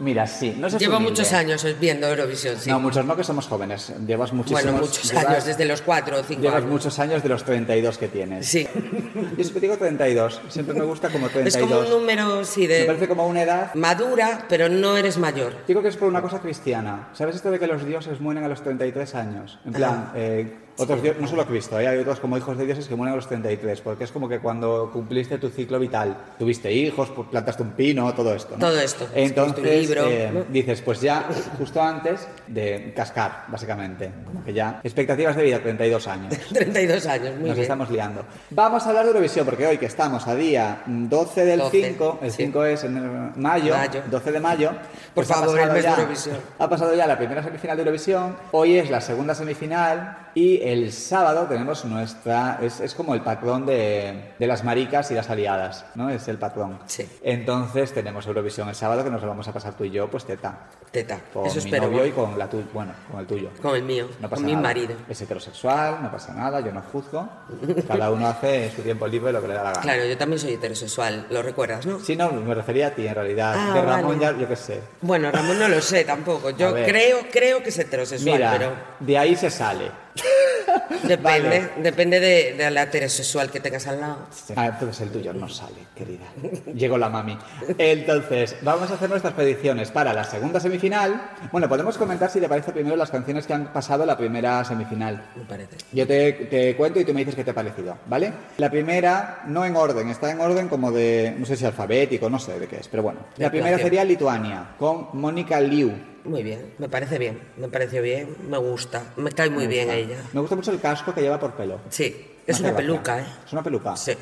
A: Mira, sí, no es
F: Llevo
A: humilde.
F: muchos años viendo Eurovisión, sí.
A: No, muchos no, que somos jóvenes. Llevas muchísimos
F: bueno, muchos
A: llevas-
F: años, desde los cuatro o cinco
A: Llevas
F: años.
A: muchos años de los 32 que tienes.
F: Sí.
A: Yo siempre digo 32, siempre me gusta como 32.
F: Es como un número, sí,
A: Me
F: de
A: parece como una edad
F: madura, pero no eres mayor. *laughs*
A: Digo que es por una cosa cristiana. ¿Sabes esto de que los dioses mueren a los 33 años? En plan,
F: Ah.
A: eh, otros dios- no solo Cristo, ¿eh? hay otros como hijos de dioses que mueren a los 33, porque es como que cuando cumpliste tu ciclo vital, tuviste hijos, pu- plantaste un pino, todo esto. ¿no?
F: Todo esto.
A: Entonces,
F: Escribiste un libro,
A: eh,
F: ¿no?
A: dices, pues ya justo antes de cascar, básicamente. Como que ya, expectativas de vida, 32 años.
F: 32 años, muy
A: Nos
F: bien.
A: estamos liando. Vamos a hablar de Eurovisión, porque hoy que estamos a día 12 del
F: 12,
A: 5, el
F: sí.
A: 5 es en eh, mayo,
F: Mayo.
A: 12 de mayo. pues
F: Por favor,
A: ha
F: el
A: pasado
F: mes de
A: ya-
F: Eurovisión.
A: Ha pasado ya la primera semifinal de Eurovisión, hoy es la segunda semifinal y el sábado tenemos nuestra... Es, es como el patrón de, de las maricas y las aliadas, ¿no? Es el patrón.
F: Sí.
A: Entonces tenemos Eurovisión el sábado, que nos lo vamos a pasar tú y yo, pues teta.
F: Teta,
A: Con
F: eso
A: mi
F: espero.
A: novio y con, la tu- bueno, con el tuyo.
F: Con el mío,
A: No pasa
F: con mi
A: nada.
F: marido.
A: Es heterosexual, no pasa nada, yo no juzgo. Cada uno hace en su tiempo libre lo que le da la gana.
F: Claro, yo también soy heterosexual, lo recuerdas, ¿no?
A: Si no, me refería a ti en realidad.
F: Ah,
A: de Ramón
F: vale.
A: ya, yo qué sé.
F: Bueno, Ramón no lo sé tampoco.
A: A
F: Yo
A: ver.
F: creo, creo que es heterosexual,
A: Mira,
F: pero
A: de ahí se sale.
F: depende, depende de, de la heterosexual que tengas al lado.
A: Ah, entonces el tuyo no sale, querida. Llegó la mami. Entonces, vamos a hacer nuestras predicciones para la segunda semifinal. Bueno, podemos comentar si te parece primero las canciones que han pasado a la primera semifinal.
F: Me parece.
A: Yo te, te cuento y tú me dices qué te ha parecido, ¿vale? La primera, no en orden, está en orden como de, no sé si alfabético, no sé de qué es, pero bueno. La
F: De
A: primera
F: clase.
A: sería Lituania, con Mónica Liu.
F: Muy bien, me parece bien, me pareció bien, me gusta, me cae muy bien ella.
A: Me gusta mucho el casco que lleva por pelo.
F: Sí, es
A: Me
F: una
A: hace
F: peluca, ¿eh?
A: gracia. ¿Es una peluca?
F: Sí.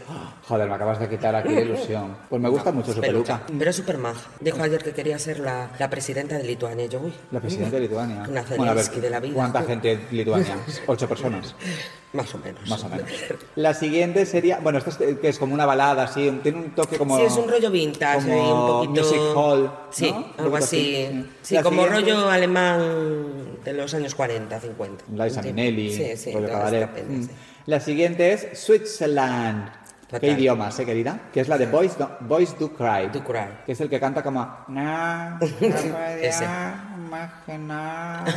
A: Joder, me acabas de quitar aquí la
F: *laughs*
A: ilusión. Pues me gusta mucho su peluca.
F: Pero es súper maja. Dijo ayer que quería ser la, la presidenta de Lituania. Yo, uy.
A: La presidenta de Lituania.
F: Una
A: a ver,
F: Zelensky de la vida.
A: ¿Cuánta gente en
F: *laughs*
A: Lituania? Ocho personas.
F: Más o menos.
A: Más o menos. La siguiente sería, bueno, esto es, eh, que es como una balada, así, un- tiene un toque como...
F: Sí, es un rollo vintage,
A: como
F: ahí un poquito...
A: Music hall. ¿no?
F: Sí,
A: Un poquito
F: algo así. Sí,
A: La
F: como
A: siguiente-
F: rollo alemán de los años 40, 50.
A: Liza
F: Sí.
A: Minnelli,
F: Sí, sí,
A: rollo
F: toda esta
A: cabaret.
F: pena,
A: Mm.
F: sí.
A: La siguiente es Switzerland. ¿Qué
F: Total.
A: idiomas, eh, querida? Que es la de Boys Do, Boys Do Cry.
F: Do Cry.
A: Que es el que canta como... "Na, na
F: Ese.
A: podía imaginar".
F: *laughs*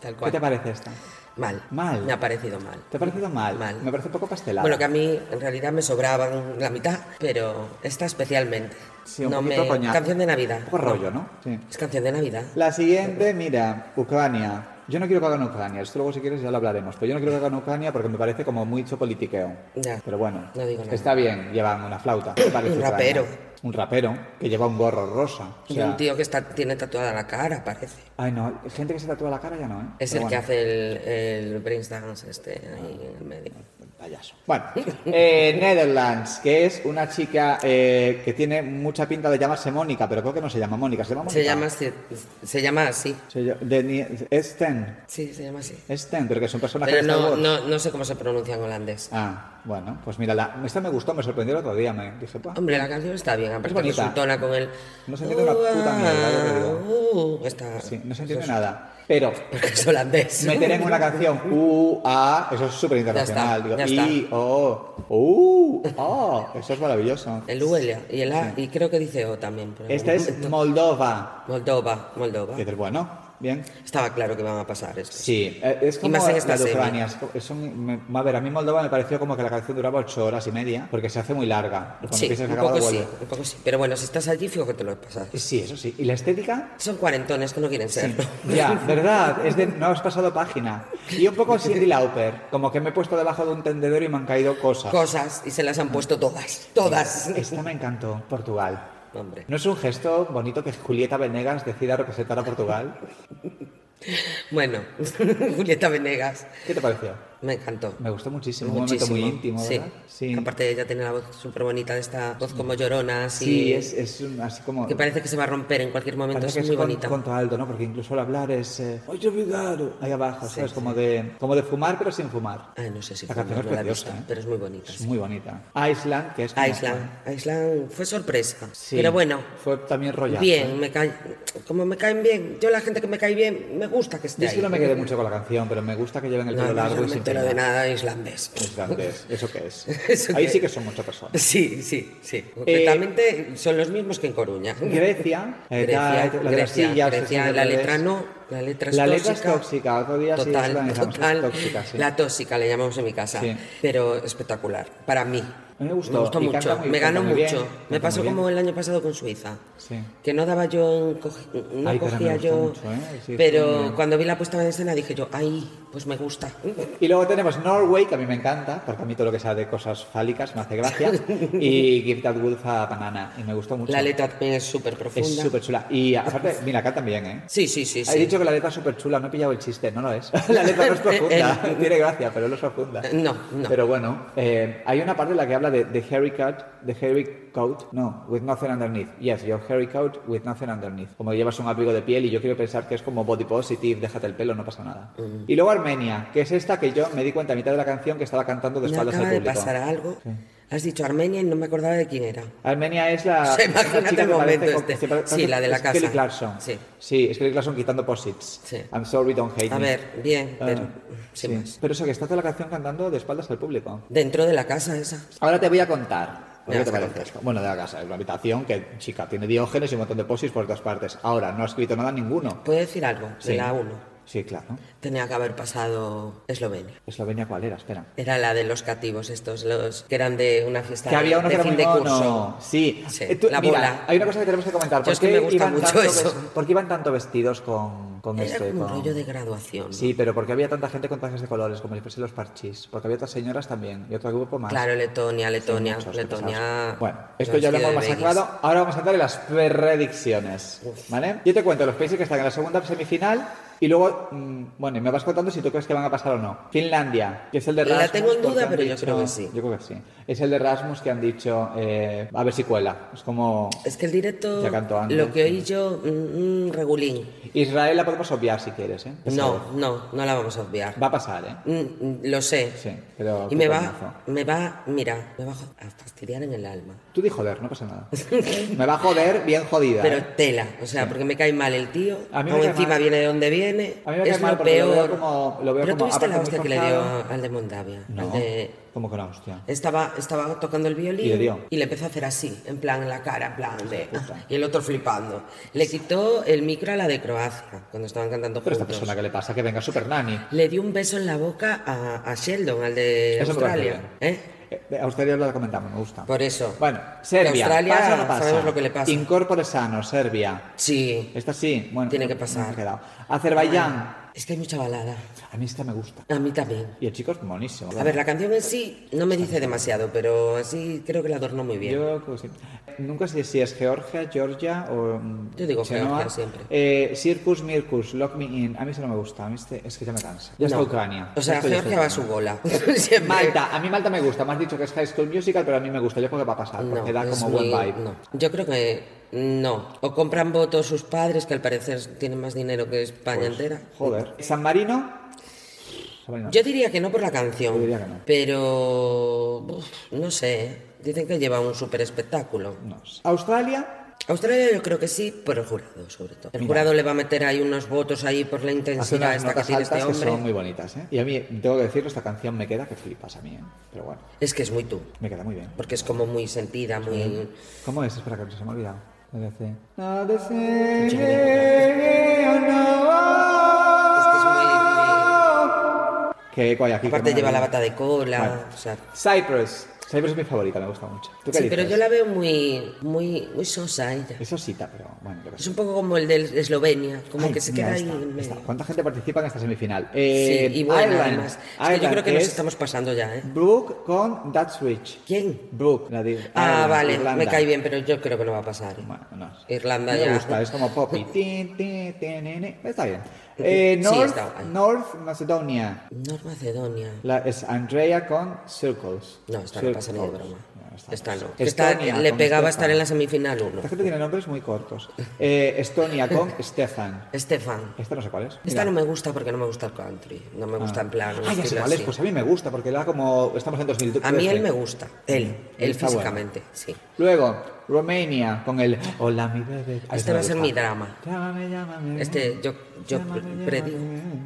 F: Tal
A: ¿Qué
F: cual.
A: te parece esta?
F: Mal.
A: Mal.
F: Me ha parecido mal.
A: ¿Te ha parecido mal?
F: Mal.
A: Me parece un poco pastelada.
F: Bueno, que a mí en realidad me sobraban la mitad, pero esta especialmente.
A: Sí, un
F: no
A: poquito
F: me...
A: coñazo.
F: Canción de Navidad.
A: Un poco rollo, ¿no? Sí.
F: Es canción de Navidad.
A: La siguiente, mira, Ucrania. Yo no quiero que hagan Ucrania, esto luego si quieres ya lo hablaremos, pero yo no quiero que hagan Ucrania porque me parece como mucho politiqueo.
F: Ya.
A: Pero bueno,
F: No digo nada.
A: está bien, llevan una flauta. ¿qué parece
F: Un
A: Ucrania?
F: rapero.
A: Un rapero que lleva un gorro rosa. o
F: Y
A: sea-
F: un tío que está, tiene tatuada la cara, parece.
A: Ay, no, gente que se tatúa la cara ya no, ¿eh?
F: Es
A: Pero
F: el que
A: bueno.
F: hace el, el brainstorms este ahí en el medio.
A: payaso. Bueno, *laughs* eh, Netherlands, que es una chica eh, que tiene mucha pinta de llamarse Mónica, pero creo que no se llama Mónica, se llama Mónica.
F: Se llama, así- se llama así.
A: Se llama- de ni- es Ten,
F: Sí, se llama así.
A: es Ten, pero que es un personaje
F: Pero
A: de Star
F: no,
A: Wars.
F: no, no sé cómo se pronuncia en holandés.
A: Ah, bueno, pues mírala. Esta me gustó, me sorprendió el otro día. Me dije, "Buah".
F: Hombre, la canción está bien, aparte que
A: bonita.
F: resultona con el...
A: No se entiende una puta mierda, yo te
F: Uh, está...
A: Sí, no se entiende nada. Pero
F: Porque es holandés.
A: meter en una canción U, A, eso es súper internacional.
F: Ya está,
A: Digo,
F: ya está.
A: I, O, U, O, eso es maravilloso.
F: El U el A, y el A, y creo que dice O también. pero
A: Esta
F: bueno.
A: es Moldova.
F: Moldova, Moldova.
A: Y dices, bueno, bien.
F: Estaba claro que van a pasar esto.
A: Sí, eh, es como
F: más en
A: la
F: esta
A: de
F: serie.
A: Ucrania. es co- es un- me- a ver, a mí Moldova me pareció como que la canción duraba ocho horas y media, porque se hace muy larga. Cuando
F: Sí,
A: piensas que
F: un
A: ha acabado,
F: poco sí,
A: vuelve.
F: un poco sí. Pero bueno, si estás allí, fijo que te lo pasas.
A: Sí, eso sí. ¿Y la estética?
F: Son cuarentones que no quieren serlo.
A: Ya, verdad, es de no has pasado página. Y un poco Cindy Lauper, como que me he puesto debajo de un tendedero y me han caído cosas.
F: *laughs* Cosas y se las han puesto todas, todas.
A: Esta me encantó, Portugal.
F: *laughs* Hombre.
A: ¿No es un gesto bonito que Julieta Venegas decida representar a Portugal?
F: Bueno, *laughs* Julieta Venegas.
A: ¿Qué te pareció?
F: Me encantó.
A: Me gustó muchísimo, un
F: Muchísimo.
A: momento muy íntimo,
F: sí.
A: ¿verdad?
F: Aparte ella tiene la voz súper bonita de esta voz como llorona, así,
A: Sí, es, es un- así como...
F: que parece que se va a romper en cualquier momento,
A: parece
F: es
A: que
F: muy
A: con-
F: bonita.
A: con alto, ¿no? Porque incluso al hablar es... eh, "Oye, Vigaro", Ahí abajo, ¿sabes? Como, de, como de fumar, pero sin fumar.
F: Ay, Ah, no sé si
A: La
F: fue,
A: canción
F: no
A: es
F: la he
A: preciosa,
F: visto,
A: ¿eh?
F: pero es muy bonita.
A: Es
F: sí.
A: muy bonita. Iceland, que es... como-
F: Island, Island fue sorpresa,
A: Sí.
F: pero bueno,
A: Fue también rollazo. ¿eh?
F: bien, me cae, como me caen bien, yo la gente que me cae bien, me gusta que esté
A: Yo es que
F: ahí.
A: no me quedé mucho con la canción, pero me gusta que lleven el
F: No,
A: pelo
F: no, yo
A: largo
F: no
A: y
F: me
A: sin
F: entero de
A: peinar.
F: nada islandés. pues.
A: *laughs* Islandés, ¿eso qué es?
F: *laughs* ¿Eso
A: Ahí
F: qué
A: sí
F: es?
A: que son muchas
F: *laughs*
A: personas.
F: Sí, sí, sí.
A: Eh,
F: Concretamente son los mismos que en Coruña.
A: Grecia, eh,
F: Grecia,
A: tal, la de las
F: Grecia,
A: sillas,
F: Grecia,
A: esas
F: la
A: redes.
F: letra no, la letra es
A: La letra
F: tóxica.
A: es tóxica, otro día sí
F: total,
A: organizamos, es
F: total.
A: tóxica, sí.
F: La tóxica le llamamos en mi casa,
A: Sí.
F: pero espectacular, para mí.
A: A mí me gustó, y
F: mucho,
A: canta muy-
F: me ganó
A: canta muy bien,
F: mucho.
A: canta
F: me pasó
A: muy bien.
F: como el año pasado con Suiza.
A: Sí.
F: Que no daba yo, en cogi- no
A: Ay, pero me
F: cogía
A: gustó
F: yo,
A: mucho, ¿eh? Sí, fue muy
F: pero
A: bien.
F: cuando vi la puesta en escena dije yo, ay, pues me gusta.
A: Y luego tenemos Norway, que a mí me encanta, porque a mí todo lo que sea de cosas fálicas me hace
F: *laughs*
A: gracia. y Give That Wolf a Banana, y me gustó mucho.
F: La letra también es súper profunda.
A: es súper chula. Y aparte, mira, acá también, ¿eh?
F: Sí, sí, sí.
A: He
F: sí.
A: dicho que la letra es súper chula, no he pillado el chiste, no lo
F: *laughs*
A: es. La letra no *laughs* es profunda, tiene gracia, pero no es profunda.
F: Eh, No, no.
A: Pero bueno, eh, hay una parte en la que habla de the haircut, the haircut, no, with nothing underneath. Yes, your haircut with nothing underneath. Como llevas un abrigo de piel y yo quiero pensar que es como body positive, déjate el pelo, no pasa nada.
F: Mm.
A: Y luego Armenia, que es esta que yo me di cuenta a mitad de la canción que estaba cantando de
F: Me
A: espaldas
F: acaba
A: al
F: de
A: público.
F: pasar algo.
A: Sí.
F: Has dicho Armenia y no me acordaba de quién era.
A: Armenia es
F: *laughs*
A: la.
F: Sí,
A: es la chica
F: imagínate el
A: que parece
F: momento
A: con-
F: este.
A: que parece-
F: Sí, la de la
A: es Kelly
F: casa.
A: Clarkson.
F: Sí.
A: Sí, es Kelly Clarkson quitando posits.
F: Sí.
A: I'm sorry, don't hate
F: A
A: me.
F: ver, bien,
A: Ah,
F: pero
A: sí.
F: sin más.
A: Pero eso que está toda la canción cantando de espaldas al público.
F: Dentro de la casa esa.
A: Ahora te voy a contar.
F: Me
A: ¿Qué
F: vas
A: te
F: a
A: parece
F: contar.
A: esto? Bueno, de la casa, es una habitación que, chica, tiene diógenes y un montón de posis por todas partes. Ahora, no ha escrito nada ninguno.
F: ¿Puedo decir algo? De la 1.
A: Sí, claro.
F: Tenía que haber pasado Eslovenia.
A: Eslovenia, ¿cuál era? Espera.
F: Era la de los cativos estos, los que eran de una fiesta
A: Que había uno que
F: de
A: era
F: fin
A: muy
F: de
A: mono.
F: curso.
A: Sí.
F: Sí,
A: Eh, tú-
F: la
A: mira,
F: bola.
A: Hay una cosa que tenemos que comentar.
F: Yo
A: ¿Por
F: es que
A: qué
F: me gusta
A: iban
F: mucho
A: tanto
F: eso.
A: ves- ¿Por qué iban tanto vestidos con, con
F: Era
A: esto? y
F: como un
A: con-
F: rollo de graduación. ¿no?
A: Sí, pero porque había tanta gente con trajes de colores, como si fuesen los parchís. Porque había otras señoras también y otro grupo más.
F: Claro, Letonia, Letonia,
A: Muchos, qué
F: Letonia.
A: pesados. Bueno, esto ya lo hemos
F: Vestido de
A: masacrado. Ahora vamos a entrar en las predicciones. ¿Vale? Yo te cuento los países que están en la segunda semifinal y luego, mm, bueno, y me vas contando si tú crees que van a pasar o no. Finlandia, que es el de
F: La
A: Rasmus.
F: tengo en
A: porque
F: duda,
A: han
F: pero yo creo que sí.
A: Yo creo que sí. Es el de Rasmus que han dicho, eh, a ver si cuela. Es como.
F: Es que el directo,
A: Ya cantó antes,
F: lo que oí
A: sí.
F: yo, mm, mm, regulín.
A: Israel la podemos obviar si quieres, ¿eh? Esa
F: No, no, no la vamos a obviar.
A: vez. Va a pasar, ¿eh?
F: Mm, mm, lo sé.
A: Sí, pero.
F: Y
A: qué
F: me
A: coñazo.
F: va, me va, mira, me va a fastidiar en el alma.
A: Tú di joder, no pasa
F: *laughs*
A: nada. me va a joder bien jodida.
F: Pero
A: ¿eh?
F: tela, o sea, porque me cae mal el tío,
A: A mí me
F: aún
A: cae
F: encima
A: mal.
F: viene de donde viene,
A: A mí me cae
F: es
A: mal
F: lo
A: porque lo
F: peor.
A: veo como- lo veo
F: Pero
A: como-
F: tuviste la
A: aparte
F: hostia
A: muy
F: que le dio
A: forzado.
F: a- al de Moldavia,
A: No.
F: al de-
A: ¿Cómo que no, hostia?
F: Estaba, estaba tocando el violín
A: Y le dio.
F: le empezó a hacer así, en plan en la cara, en plan de...
A: puta.
F: Y el otro flipando. Le quitó el micro a la de Croacia, cuando estaban cantando
A: Pero esta
F: juntos.
A: persona que le pasa que venga super nani.
F: Le dio un beso en la boca a, a Sheldon, al de
A: Eso me parece
F: Australia. ¿eh?
A: Eh, eh, Australia lo comentamos, me gusta.
F: Por eso.
A: Bueno, Serbia.
F: Australia,
A: ¿pasa o no pasa?
F: sabemos lo que le pasa.
A: Incorpore sano, Serbia.
F: Sí.
A: Esta sí, bueno.
F: Tiene que
A: no
F: pasar.
A: me ha quedado. Azerbaiyán.
F: Es que hay mucha balada.
A: A mí esta me gusta.
F: A mí también.
A: Y el chico es monísimo.
F: A ver, la canción en sí no me dice demasiado, pero así creo que la adornó muy bien.
A: Yo creo que sí. Nunca sé si es Georgia, Georgia o. mm,
F: Yo digo
A: Chenoa.
F: Georgia siempre.
A: Eh, Circus Mircus, Lock Me In. A mí eso no me gusta. A mí este- es que ya me cansa. Ya está
F: No.
A: Ucrania.
F: O sea,
A: Esto ya está
F: Georgia va a su
A: Ucrania.
F: bola. *laughs* Siempre.
A: Malta, a mí Malta me gusta. Me has dicho que es High School Musical, pero a mí me gusta. Yo creo que va a pasar, Ah, porque da
F: es
A: como buen
F: muy-
A: vibe.
F: no. Yo creo que no. O compran votos sus padres, que al parecer tienen más dinero que España
A: Pues,
F: entera.
A: Joder. San Marino. San Marino.
F: Yo diría que no por la canción.
A: Yo diría que no.
F: Pero. uf, no sé. ¿eh? Dicen que lleva un súper espectáculo.
A: No sé. Australia.
F: Australia yo creo que sí, por el jurado, sobre todo. El
A: Mira.
F: jurado le va a meter ahí unos votos ahí por la
A: Hace
F: intensidad
A: unas
F: esta que
A: notas
F: tiene
A: altas
F: este
A: que son
F: hombre.
A: muy bonitas, ¿eh? Y a mí, tengo que decirlo, esta canción me queda que flipas a mí, ¿eh? Pero bueno,
F: Es que es muy tú.
A: me queda muy bien.
F: Porque es como muy sentida, muy.
A: ¿Cómo es? Espera, que se me ha olvidado. La que hace, "No deseo, no".
F: Es que es muy.
A: Que guay, aquí
F: muy... Aparte
A: como
F: lleva
A: una-
F: la bata de cola.
A: Bueno.
F: O sea,
A: Cyprus. Cyprus es mi favorita, me gusta mucho. ¿Tú qué
F: Sí, pero
A: dices?
F: yo la veo muy, muy, muy sosa ella.
A: Es osita, pero bueno, yo qué sé.
F: Es un poco como el de Eslovenia, como
A: Ay,
F: que se
A: mira,
F: queda ahí
A: esta,
F: en medio.
A: esta. ¿Cuánta gente participa en esta semifinal?
F: Sí,
A: Eh,
F: y bueno,
A: Ireland.
F: además. Es que yo
A: Ireland,
F: creo que nos
A: es
F: estamos pasando ya, ¿eh?
A: Brooke con That's Rich.
F: ¿Quién?
A: Brooke, la de.
F: Ah,
A: Ireland,
F: vale,
A: Irlanda.
F: me cae bien, pero yo creo que no va a pasar. ¿eh?
A: Bueno, no. sé.
F: Irlanda
A: No me *laughs*
F: ya.
A: gusta, es como pop. y tin, tin, tin, tin, tin. Está bien. Eh,
F: Sí,
A: North,
F: está guay.
A: North Macedonia.
F: North Macedonia.
A: La- es Andrea con Circles.
F: No, esta no pasa ni de
A: Circles.
F: broma.
A: No, esta no.
F: Esta no. Esta
A: Estonia
F: le
A: con
F: pegaba
A: Stefan.
F: estar en la semifinal uno.
A: Esta gente tiene nombres muy cortos. Eh, Estonia
F: *laughs*
A: con Stefan.
F: Estefan.
A: Esta no sé cuál es.
F: Esta
A: Mira.
F: no me gusta porque no me gusta el country. No me gusta en plan.
A: Ah,
F: un
A: ya sé
F: estilo
A: cuál es.
F: así.
A: Pues a mí me gusta, porque le da como. Estamos en 2013.
F: A mí él me gusta. Él. Él
A: Mm, Está bueno.
F: físicamente, sí.
A: Luego, Romania con el Hola, mi bebé. Ah,
F: Este
A: me
F: va a ser
A: gusta.
F: mi drama.
A: Llámame, llámame.
F: Este yo, yo
A: Llámame,
F: pre-
A: llámame.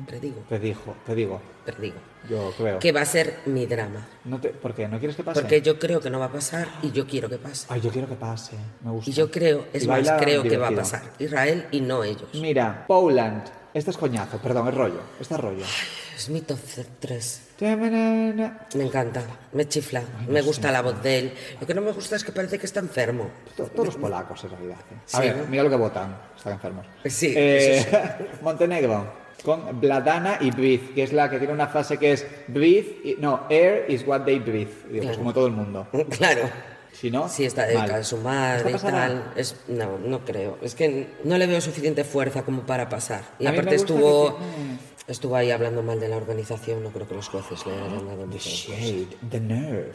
F: predigo, predigo,
A: Te dijo, te digo.
F: predigo
A: Yo creo.
F: que va a ser mi drama.
A: No te- ¿Por qué? ¿No quieres que pase?
F: Porque yo creo que no va a pasar y yo quiero que pase.
A: Ay, yo quiero que pase. Me gusta.
F: Y yo creo, es
A: Y
F: más,
A: baila
F: creo que va a
A: divertido.
F: pasar. Israel y no ellos.
A: Mira, Poland. Este es coñazo, perdón, es rollo. Este es rollo.
F: Es mi top 3.
A: Ta-na-na-na.
F: Me encanta, me chifla, me gusta la voz de él. Lo que no me gusta es que parece que está enfermo. *laughs*
A: To- Todos los polacos en realidad. ¿eh? A
F: Sí.
A: ver, mira lo que votan. Están enfermos.
F: Sí,
A: Eh, *laughs* Montenegro. Con Bladana y Breathe, que es la que tiene una frase que es Breathe, y- no, air is what they breathe. Y digo, pues
F: Claro.
A: como todo el mundo.
F: Claro.
A: Si no,
F: Sí, está eh,
A: mal.
F: dedicada a su madre y
A: ¿Está pasada?
F: tal. Es, no, no creo. Es que no le veo suficiente fuerza como para pasar. Y
A: A mí me
F: aparte
A: gusta
F: estuvo,
A: que
F: estuvo ahí hablando mal de la organización. No creo que los jueces le hayan dado
A: The
F: mucho.
A: shade, the nerve.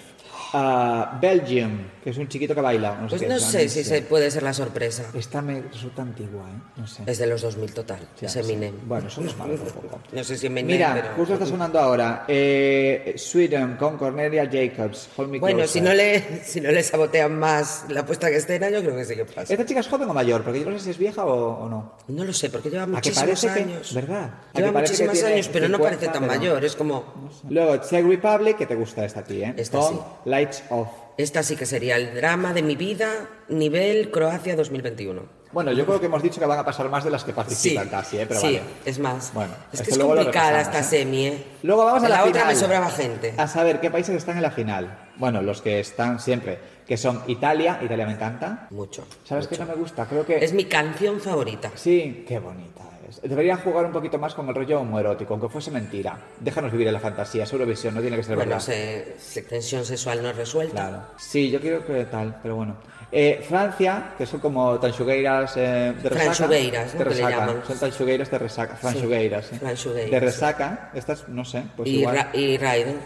A: Ah, Belgium, que es un chiquito que baila. No sé
F: Pues
A: qué
F: no
A: es,
F: sé si se puede ser la sorpresa.
A: Esta me resulta antigua, ¿eh? No sé.
F: Es de los 2000 total.
A: Ya,
F: es
A: sí.
F: Eminem.
A: Bueno, eso no es malo tampoco.
F: No sé si Eminem,
A: Mira,
F: pero...
A: justo está sonando ahora. eh, Sweden con Cornelia Jacobs. Hold me
F: *laughs* Bueno,
A: closer.
F: si no, le, si no le sabotean más la puesta que escena, yo creo que sí que pasa.
A: ¿Esta chica es joven o mayor? Porque yo no sé si es vieja o, o no.
F: No lo sé, porque lleva
A: A que
F: muchísimos
A: parece
F: años.
A: que. ¿Verdad? A
F: Lleva
A: que parece que
F: muchísimos
A: tiene
F: años, pero no
A: 50,
F: parece tan
A: pero-
F: mayor. Es como...
A: Luego, Czech Republic, que te gusta esta aquí, ¿eh?
F: Esta
A: con
F: sí.
A: Lights Off.
F: Esta sí que sería el drama de mi vida, nivel Croacia 2021.
A: Bueno, yo creo que hemos dicho que van a pasar más de las que
F: Sí,
A: participan casi, ¿eh? Pero
F: sí,
A: vale.
F: es más.
A: Bueno,
F: es
A: es
F: que
A: que
F: es
A: luego lo
F: complicada
A: repasamos,
F: esta
A: ¿eh?
F: semi, ¿eh?
A: Luego vamos a la,
F: otra
A: final.
F: me sobraba gente.
A: A saber qué países están en la final. Bueno, los que están siempre, que son Italia, Italia me encanta.
F: Mucho.
A: ¿Sabes qué
F: mucho.
A: no me gusta? Creo que
F: Es mi canción favorita.
A: Sí, qué bonita es. Debería jugar un poquito más con el rollo homoerótico, aunque fuese mentira. Déjanos vivir en la fantasía, es Eurovisión, no tiene que ser
F: Bueno,
A: verdad.
F: se, se- tensión sexual no resuelta.
A: Claro. Sí, yo creo que tal, pero bueno. Eh, Francia, que son como tanchugueiras eh, de resaca.
F: Franchugueiras,
A: De
F: ¿no? Que le
A: resaca.
F: llaman.
A: Son tanchugueiras de resaca. Franchugueiras. eh.
F: franchugueiras,
A: De
F: sí.
A: resaca. Estas, no sé, pues
F: y,
A: igual.
F: Ra- y Raiden.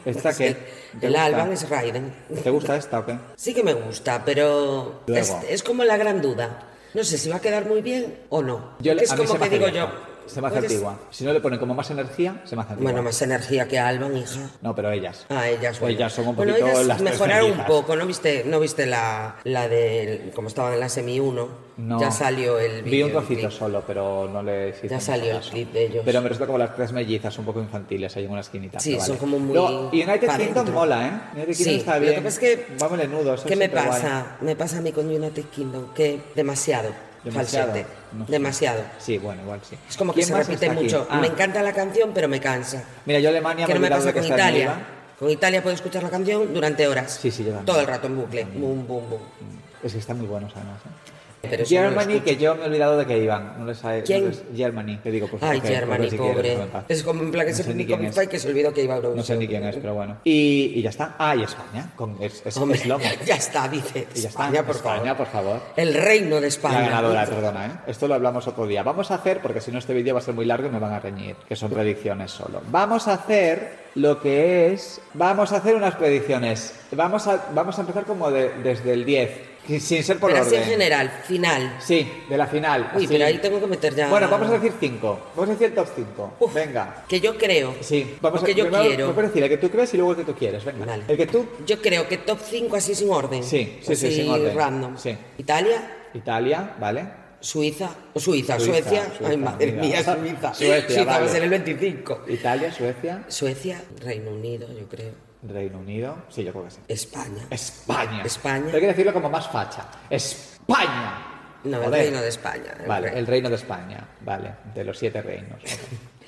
F: *laughs*
A: ¿Esta qué? ¿Te
F: El
A: gusta?
F: Alban es Raiden.
A: ¿Te gusta esta o qué?
F: Sí que me gusta, pero
A: Luego.
F: es, es como la gran duda. No sé si va a quedar muy bien o no.
A: Yo,
F: Porque es
A: a mí se
F: como
A: me
F: que
A: hace
F: digo yo.
A: vieja. Se me hace
F: puedes-
A: antigua. Si no le ponen como más energía, se me hace antigua.
F: Bueno, más energía que Alban, hija.
A: No, pero ellas.
F: Ah, ellas, bueno.
A: Ellas son un
F: Bueno,
A: poquito
F: ellas
A: las tres
F: mejoraron un
A: mellizas.
F: poco, ¿no viste, no viste la, la de como estaban en la semi 1?
A: No.
F: Ya salió el
A: Vi
F: vídeo.
A: un
F: el
A: trocito
F: clip.
A: solo, pero no le hice
F: Ya
A: mucho
F: salió el
A: caso.
F: clip de ellos.
A: Pero me resulta como las tres mellizas, un poco infantiles, ahí en una esquinita.
F: Sí,
A: pero
F: son como muy
A: Luego, United
F: pa'
A: Kingdom
F: dentro.
A: mola, ¿eh? United Kingdom
F: Sí,
A: está
F: lo
A: bien.
F: que pasa es que-
A: Va melenudo, eso
F: ¿Qué
A: es
F: me
A: siempre guay.
F: pasa? Me pasa a mí con United Kingdom, que demasiado,
A: Demasiado.
F: falsete,
A: No sé.
F: demasiado.
A: Sí, bueno, igual sí.
F: Es como que
A: ¿Quién
F: se
A: más
F: repite
A: está aquí?
F: mucho.
A: Ah,
F: Me encanta la canción, pero me cansa.
A: Mira, yo Alemania
F: Que no me
A: olvidado
F: pasa
A: de
F: con
A: que está en
F: Italia.
A: IVA.
F: Con Italia puedo escuchar la canción durante horas.
A: Sí, sí, yo también.
F: Todo el rato en bucle. Bum, bum, bum.
A: Mm, Es que están muy buenos además. ¿eh?
F: Pero eso no lo
A: Germany,
F: escucho.
A: que yo me he olvidado de que iban. No les ha... no
F: ¿Quién?
A: les- Germany, que digo, pues.
F: Ay,
A: ok, pues
F: Germany,
A: si quieres,
F: pobre.
A: déjame en paz.
F: es como en plan que
A: No
F: se
A: sé ni
F: publicó
A: quién
F: mi
A: es.
F: que se olvidó que iba a Eurovisión.
A: No sé ni quién es, pero bueno. Y, y ya está. Ah, y España. Con, es, es,
F: Hombre,
A: es lomo.
F: *laughs* ya está, dice.
A: Y *laughs* ya está.
F: España, por
A: España,
F: favor.
A: por favor.
F: El reino de
A: La
F: España.
A: ganadora, perdona, ¿eh? Esto lo hablamos otro día. Vamos a hacer, porque si no este vídeo va a ser muy largo y me van a reñir, que son predicciones solo. Vamos a hacer lo que es... Vamos a hacer unas predicciones. Vamos a, vamos a empezar como de- desde el 10, sin- sin ser por
F: Pero así
A: orden.
F: en general, final.
A: Sí, de la final.
F: Uy,
A: así.
F: pero ahí tengo que meter ya.
A: Bueno, vamos a decir 5. Vamos a decir el top 5.
F: Uf,
A: Venga.
F: Que yo creo.
A: Sí, vamos
F: lo que
A: a
F: yo
A: primero-
F: quiero.
A: vamos a decir el que tú crees y luego el que tú quieres. Venga.
F: Vale.
A: El que tú...
F: Yo creo que top 5 así sin orden.
A: Sí, sí, sí,
F: Así
A: sin orden.
F: random.
A: Sí.
F: Italia,
A: Italia, ¿vale?
F: Suiza, o Suiza,
A: Suiza,
F: Suecia.
A: Suiza,
F: Ay, madre
A: mira.
F: mía, Suiza.
A: Suecia,
F: va
A: vale.
F: a ser el 25.
A: Italia, Suecia,
F: Suecia, Reino Unido, yo creo.
A: Reino Unido. Sí, yo creo que sí.
F: España.
A: España.
F: España.
A: Pero hay que decirlo como más facha. España.
F: No, el
A: Joder.
F: Reino de España. el
A: Vale,
F: Reino.
A: el reino de España. Vale, de los siete reinos.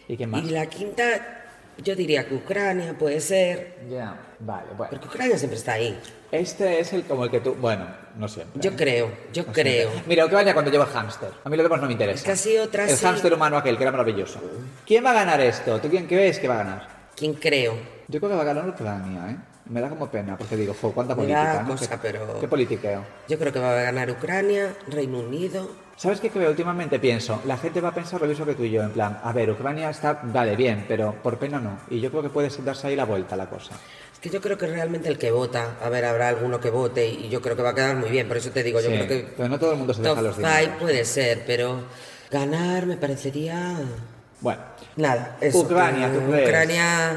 A: ¿Y quién más?
F: Y la quinta, yo diría que Ucrania puede ser.
A: Ya, vale, bueno.
F: Porque Ucrania siempre está ahí.
A: Este es el como el que tú. Bueno, no siempre.
F: Yo
A: ¿eh?
F: creo, yo
A: No siempre.
F: creo.
A: Mira, Ucrania cuando lleva el hámster. A mí lo demás no me interesa.
F: Es que ha sido otra
A: El
F: sí.
A: hámster humano aquel, que era maravilloso. ¿Quién va a ganar esto? ¿Tú quién crees que va a ganar?
F: ¿Quién creo?
A: Yo creo que va a ganar Ucrania, ¿eh? Me da como pena, porque digo, fue cuánta
F: Me
A: política,
F: da
A: ¿no?
F: cosa,
A: ¿Qué-
F: pero-
A: ¿Qué politiqueo?
F: Yo creo que va a ganar Ucrania, Reino Unido.
A: ¿Sabes qué creo? Últimamente pienso, la gente va a pensar lo mismo que tú y yo, en plan, a ver, Ucrania está, vale, bien, pero por pena no. Y yo creo que puede darse ahí la vuelta a la cosa.
F: Es que yo creo que realmente el que vota, a ver, habrá alguno que vote y yo creo que va a quedar muy bien. Por eso te digo, yo
A: Sí,
F: creo que
A: Pero no todo el mundo se deja
F: top
A: los
F: 5
A: dineros.
F: puede ser, pero ganar me parecería.
A: Bueno,
F: Nada, eso.
A: Ucrania,
F: que
A: ¿tú crees?
F: Ucrania.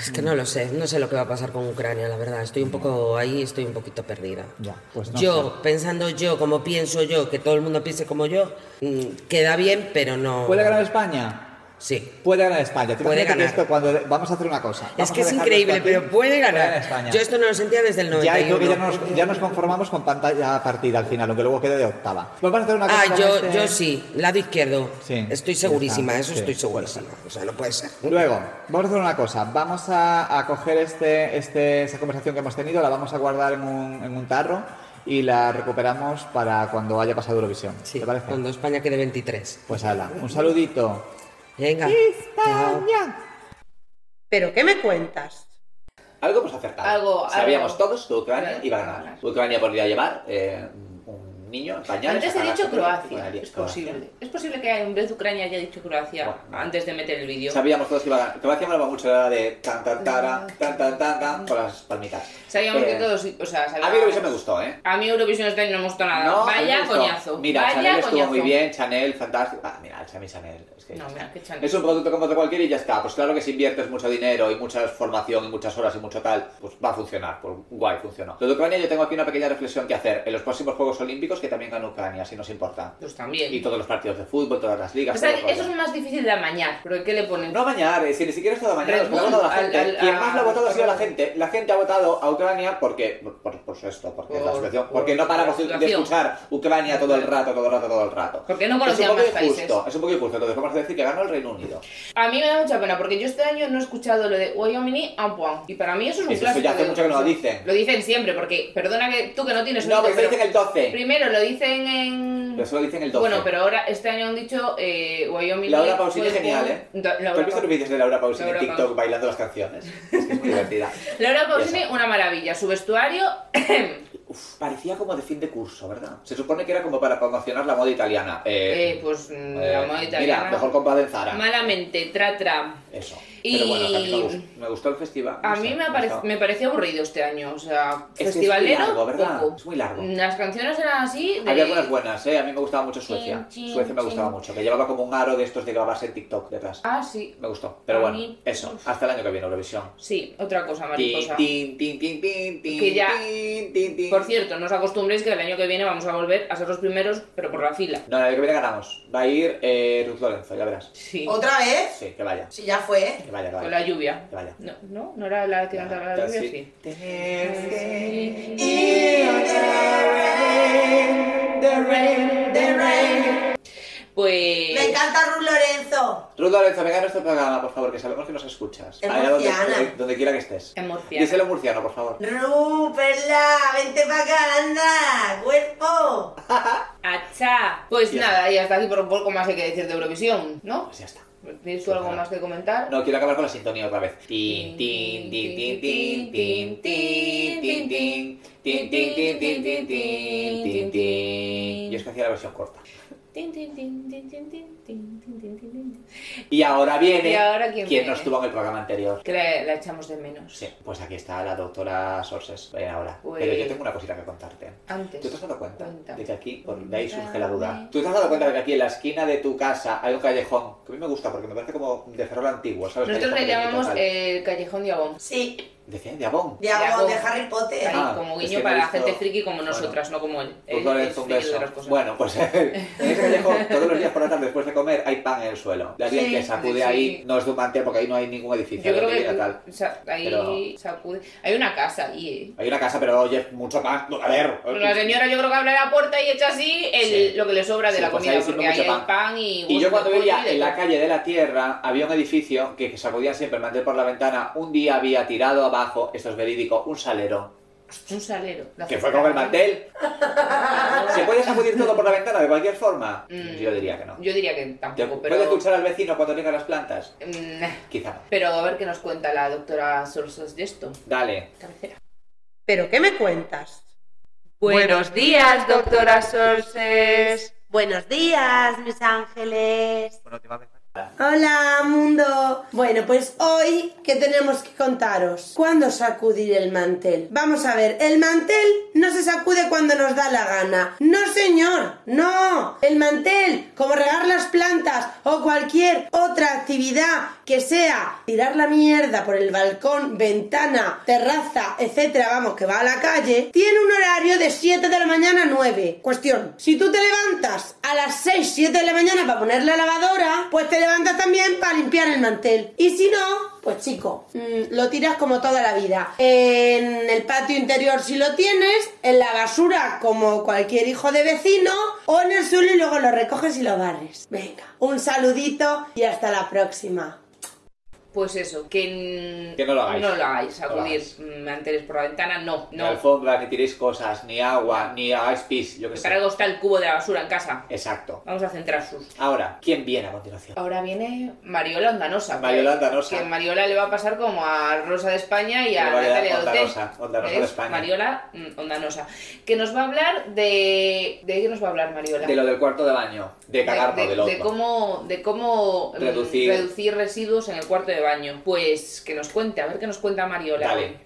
F: Es que no lo sé, no sé lo que va a pasar con Ucrania, la verdad. Estoy un poco ahí, estoy un poquito perdida.
A: Ya, pues no
F: yo, pensando yo, como pienso yo, que todo el mundo piense como yo, mm, queda bien, pero no.
A: ¿puede ganar España?
F: Sí.
A: Puede ganar España. ¿Te
F: Puede
A: imaginas que
F: ganar.
A: esto cuando vamos a hacer una cosa?
F: Es
A: vamos a
F: que es
A: dejarnos
F: increíble,
A: aquí,
F: pero puede ganar.
A: España.
F: Yo esto no lo sentía desde el 91.
A: Ya, y creo que ya nos, ya nos conformamos con pantalla partida al final, aunque luego quede de octava. Pues Vamos a hacer una cosa.
F: Ah,
A: con
F: yo,
A: este-
F: yo sí, lado izquierdo.
A: Sí,
F: estoy
A: ya
F: segurísima,
A: está,
F: eso
A: sí,
F: estoy
A: puede
F: segurísima. O sea, no puede ser.
A: Luego, vamos a hacer una cosa. Vamos a, a coger este, este, esa conversación que hemos tenido, la vamos a guardar en un, en un tarro y la recuperamos para cuando haya pasado Eurovisión.
F: Sí,
A: ¿Te parece?
F: cuando España quede 23.
A: Pues hala, un saludito.
F: Venga. chao.
E: ¿Pero qué me cuentas?
A: Algo pues acertado.
B: Algo-
A: Sabíamos
B: algo.
A: todos que Ucrania iba a ganar. Ucrania podría llevar eh, un niño en pañales.
B: Antes he
A: a la
B: dicho
A: Copa
B: Croacia,
A: Ucrania.
B: es posible. Es posible que en vez de Ucrania haya dicho Croacia
A: Bueno, vale.
B: antes de meter el vídeo.
A: Sabíamos todos que iba a ganar. Croacia hablaba mucho de la de tan tan tara, tan tan tan tan con las palmitas.
B: Sabíamos que
A: Eh,
B: todos, o sea,
A: A
B: sabíamos.
A: mí Eurovisión me gustó, ¿eh?
B: A mí Eurovisión este año no me gustó nada.
A: No, a mí me
B: Vaya
A: gustó.
B: coñazo.
A: Mira,
B: Vaya
A: Chanel estuvo
B: coñazo.
A: muy bien, Chanel, fantástico. Ah, mira, Chanel, Chanel. Es, que
B: No, mira, qué Chanel.
A: es un producto como otro cualquiera y ya está. Pues claro que si inviertes mucho dinero y mucha formación y muchas horas y mucho tal, pues va a funcionar. Pues guay, funcionó. Lo de Ucrania, yo tengo aquí una pequeña reflexión que hacer. En los próximos Juegos Olímpicos, que también gana Ucrania, si nos importa.
B: Pues
A: Y
B: también.
A: todos los partidos de fútbol, todas las
B: O
A: ligas.
B: sea,
A: todo el
B: eso es
A: rollo.
B: más difícil de amañar. ¿Pero qué le ponen?
A: No bañar, eh, si ni siquiera es todo bañar, es
B: Red
A: que lo ha votado la
B: Bull,
A: gente.
B: al- al-
A: Quien más lo ha
B: a-
A: votado ha sido la gente. La gente ha votado a Ucrania porque, por, por, por esto, porque,
B: Por-
A: la situación,
B: por
A: porque no paramos
B: la
A: de- de
B: situación.
A: escuchar Ucrania todo el rato, todo el rato, todo el rato.
B: Porque no
A: es un
B: conocía
A: poco
B: más
A: injusto,
B: países.
A: es un poco injusto. Entonces vamos a decir que ganó el Reino Unido.
B: A mí me da mucha pena porque yo este año no he escuchado lo de Wyoming Ampuan. Y para mí eso es un
A: Eso- eso
B: clásico.
A: ya hace
B: de
A: mucho que no lo
B: Eurovisión.
A: dicen.
B: Lo dicen siempre porque, perdona que tú que no tienes
A: No,
B: oído,
A: porque se
B: pero
A: dicen el 12.
B: Primero lo dicen en.
A: Pero solo dicen el 12.
B: Bueno, pero ahora este año han dicho eh, Wyoming.
A: Laura Pausini es genial, ¿eh?
B: Da-
A: ¿Tú has
B: Laura,
A: visto
B: Pau-
A: los vídeos de Laura Pausini en
B: Laura
A: TikTok
B: Pausini.
A: bailando las canciones? Es que es muy divertida.
B: Laura Pausini,
A: Ya está.
B: una maravilla. Su vestuario.
A: Uf, parecía como de fin de curso, ¿verdad? Se supone que era como para promocionar la moda italiana. Eh,
B: eh, pues. mm,
A: eh,
B: la moda italiana.
A: Mira, mejor comprada en Zara.
B: Malamente, tra, tra.
A: Eso.
B: Y-
A: Pero bueno, que a mí me gustó, me gustó el festival.
B: A
A: no
B: mí
A: sé,
B: me, apare-
A: gustó.
B: me pareció aburrido este año, o sea,
A: Es que es muy
B: festivalero
A: largo, ¿verdad?
B: poco. Mm,
A: Es muy largo.
B: Las canciones eran así de...
A: Había algunas buenas, ¿eh? A mí me gustaba mucho Suecia.
B: Chin, chin,
A: Suecia me gustaba
B: chin.
A: mucho, que llevaba como un aro de estos de grabarse en TikTok detrás.
B: Ah, sí,
A: Me gustó. Pero
B: A
A: bueno,
B: mí-
A: eso. Hasta el año que viene, Eurovisión.
B: sí, otra cosa mariposa.
A: Tin, tin, tin, tin, tin,
B: Que ya-
A: tin, tin, tin.
B: Por cierto, no os acostumbréis que el año que viene vamos a volver a ser los primeros, pero por la fila.
A: No, el año que viene ganamos. Va a ir eh, Ruth Lorenzo, ya verás.
B: Sí,
C: ¿Otra vez?
A: Sí, que vaya.
C: Sí, ya fue.
A: Que vaya, que
B: con
A: vaya.
B: la lluvia.
A: Que vaya.
B: No, no, no era la que cantaba la lluvia, sí.
A: Tener que
B: Pues...
C: Me encanta Ruth Lorenzo.
A: Ruth Lorenzo, venga a nuestro programa, por favor, que sabemos que nos escuchas.
C: Es
A: Allá donde,
C: murciana.
A: donde- donde quiera que estés.
B: Es murciana.
A: Díselo en murciano, por favor.
C: Ru, perla, vente para acá, anda, cuerpo.
B: ¡Achá! Pues
A: Ya
B: nada, y hasta aquí por un poco más hay que decir de Eurovisión, ¿no?
A: Pues ya está.
B: ¿Tienes tú algo más que comentar?
A: No, quiero acabar con la sintonía otra vez. Tin, tin, tin, tin, tin, tin, tin, tin, tin, tin, tin, tin, tin, tin, tin, tin, tin. Yo es que hacía la versión corta.
B: Tin, tin, tin, tin, tin, tin, tin, tin, tin, tin, tin.
A: Y ahora viene
B: ¿Y ahora quién
A: quien
B: viene?
A: no estuvo en el programa anterior.
B: Que la, la echamos de menos.
A: Sí, pues aquí está la doctora Sorses. Ven ahora.
B: Uy.
A: Pero yo tengo una cosita que contarte.
B: Antes.
A: ¿Tú te has dado cuenta
B: Cuenta.
A: de que aquí, por de ahí surge la duda, tú te has dado cuenta de que aquí en la esquina de tu casa hay un callejón que a mí me gusta porque me parece como de ferrol antiguo, ¿sabes?
B: Nosotros
A: Callejón
B: le
A: pequeñito,
B: llamamos
A: tal.
B: el Callejón de Abón.
C: Sí,
A: ¿De qué? ¿De Avon?
C: de
B: Diabón.
C: Agón, de Harry Potter.
B: Ahí,
A: Ah,
B: como
A: es
B: guiño
A: que no
B: para
A: he
B: la
A: visto-
B: gente friki como
A: Bueno.
B: nosotras, no como él.
A: Pues
B: Él
A: no le
B: es
A: des un
B: friki de
A: beso.
B: otras cosas.
A: Bueno, pues *laughs* en ese callejón, todos los días por la tarde después de comer, hay pan en el suelo. La bien
C: Sí,
A: que sacude
B: sí.
A: ahí no es de un mantel porque ahí no hay ningún edificio.
B: yo
A: lo
B: creo
A: viene
B: que
A: tal.
B: sa- ahí
A: Pero-
B: sacude. Hay una casa ahí, eh.
A: Hay una casa, pero oye, mucho pan. No, A ver.
B: La señora yo creo que abre la puerta y echa así el-
A: Sí.
B: lo que le sobra de
A: Sí,
B: la
A: pues
B: comida,
A: ahí sirve
B: porque
A: mucho
B: ahí hay
A: pan.
B: pan y...
A: Y yo cuando
B: huevo y
A: vivía
B: de
A: en la
B: todo.
A: calle de la Tierra, había un edificio que sacudían siempre el mantel por la ventana. Un día había tirado abajo, esto es verídico, un salero.
B: Un salero. La
A: Que fue con el
B: *laughs*
A: mantel. ¿Se puede sacudir todo por la ventana de cualquier forma?
B: Mm.
A: Yo diría que no.
B: Yo diría que
A: ¿Te
B: tampoco,
A: ¿Puede
B: pero...
A: escuchar al vecino cuando tenga las plantas?
B: Mm, nah.
A: Quizá no.
B: Pero a ver qué nos cuenta la doctora Sorsas de esto.
A: Dale.
B: Cabecera.
E: ¿Pero qué me cuentas?
G: Buenos días, doctora Sorces.
E: Buenos días, mis ángeles.
C: Hola mundo. Bueno, pues hoy que tenemos que contaros. ¿Cuándo sacudir el mantel? Vamos a ver, el mantel no se sacude cuando nos da la gana. No, señor, no. El mantel, como regar las plantas o cualquier otra actividad que sea tirar la mierda por el balcón, ventana, terraza, etcétera, vamos, que va a la calle, tiene un horario de 7 de la mañana a 9. Cuestión, si tú te levantas a las 6, 7 de la mañana para poner la lavadora, pues te levantas también para limpiar el mantel. Y si no, pues chico, mm, lo tiras como toda la vida. En el patio interior si lo tienes, en la basura como cualquier hijo de vecino, o en el suelo y luego lo recoges y lo barres. Venga, un saludito y hasta la próxima.
B: Pues eso, que... mm,
A: Que no lo hagáis.
B: No lo
A: No
B: hagáis.
A: lo
B: Sacudir
A: hagáis.
B: mm, manteles por la ventana, no,
A: Ni
B: no.
A: alfombra, ni tiréis cosas, ni agua, ni hagáis pis, yo qué sé.
B: Para algo está el cubo de la basura en casa.
A: Exacto.
B: Vamos a centrar sus.
A: Ahora, ¿quién viene a continuación?
B: Ahora viene Mariola Ondanosa. que-
A: Mariola Ondanosa.
B: Que Mariola le va a pasar como a Rosa de España y a
A: Le va a quedar
B: Natalia Doté.
A: Ondanosa, Ondanosa de
B: Es
A: España.
B: Mariola mm, Ondanosa. Que nos va a hablar de. ¿De qué nos va a hablar Mariola?
A: De lo del cuarto de baño. De cagarnos
B: de,
A: del otro.
B: de cómo, de cómo mm,
A: Reducir.
B: reducir residuos en el cuarto de baño. Pues que nos cuente, a ver qué nos cuenta Mariola.
A: Dale.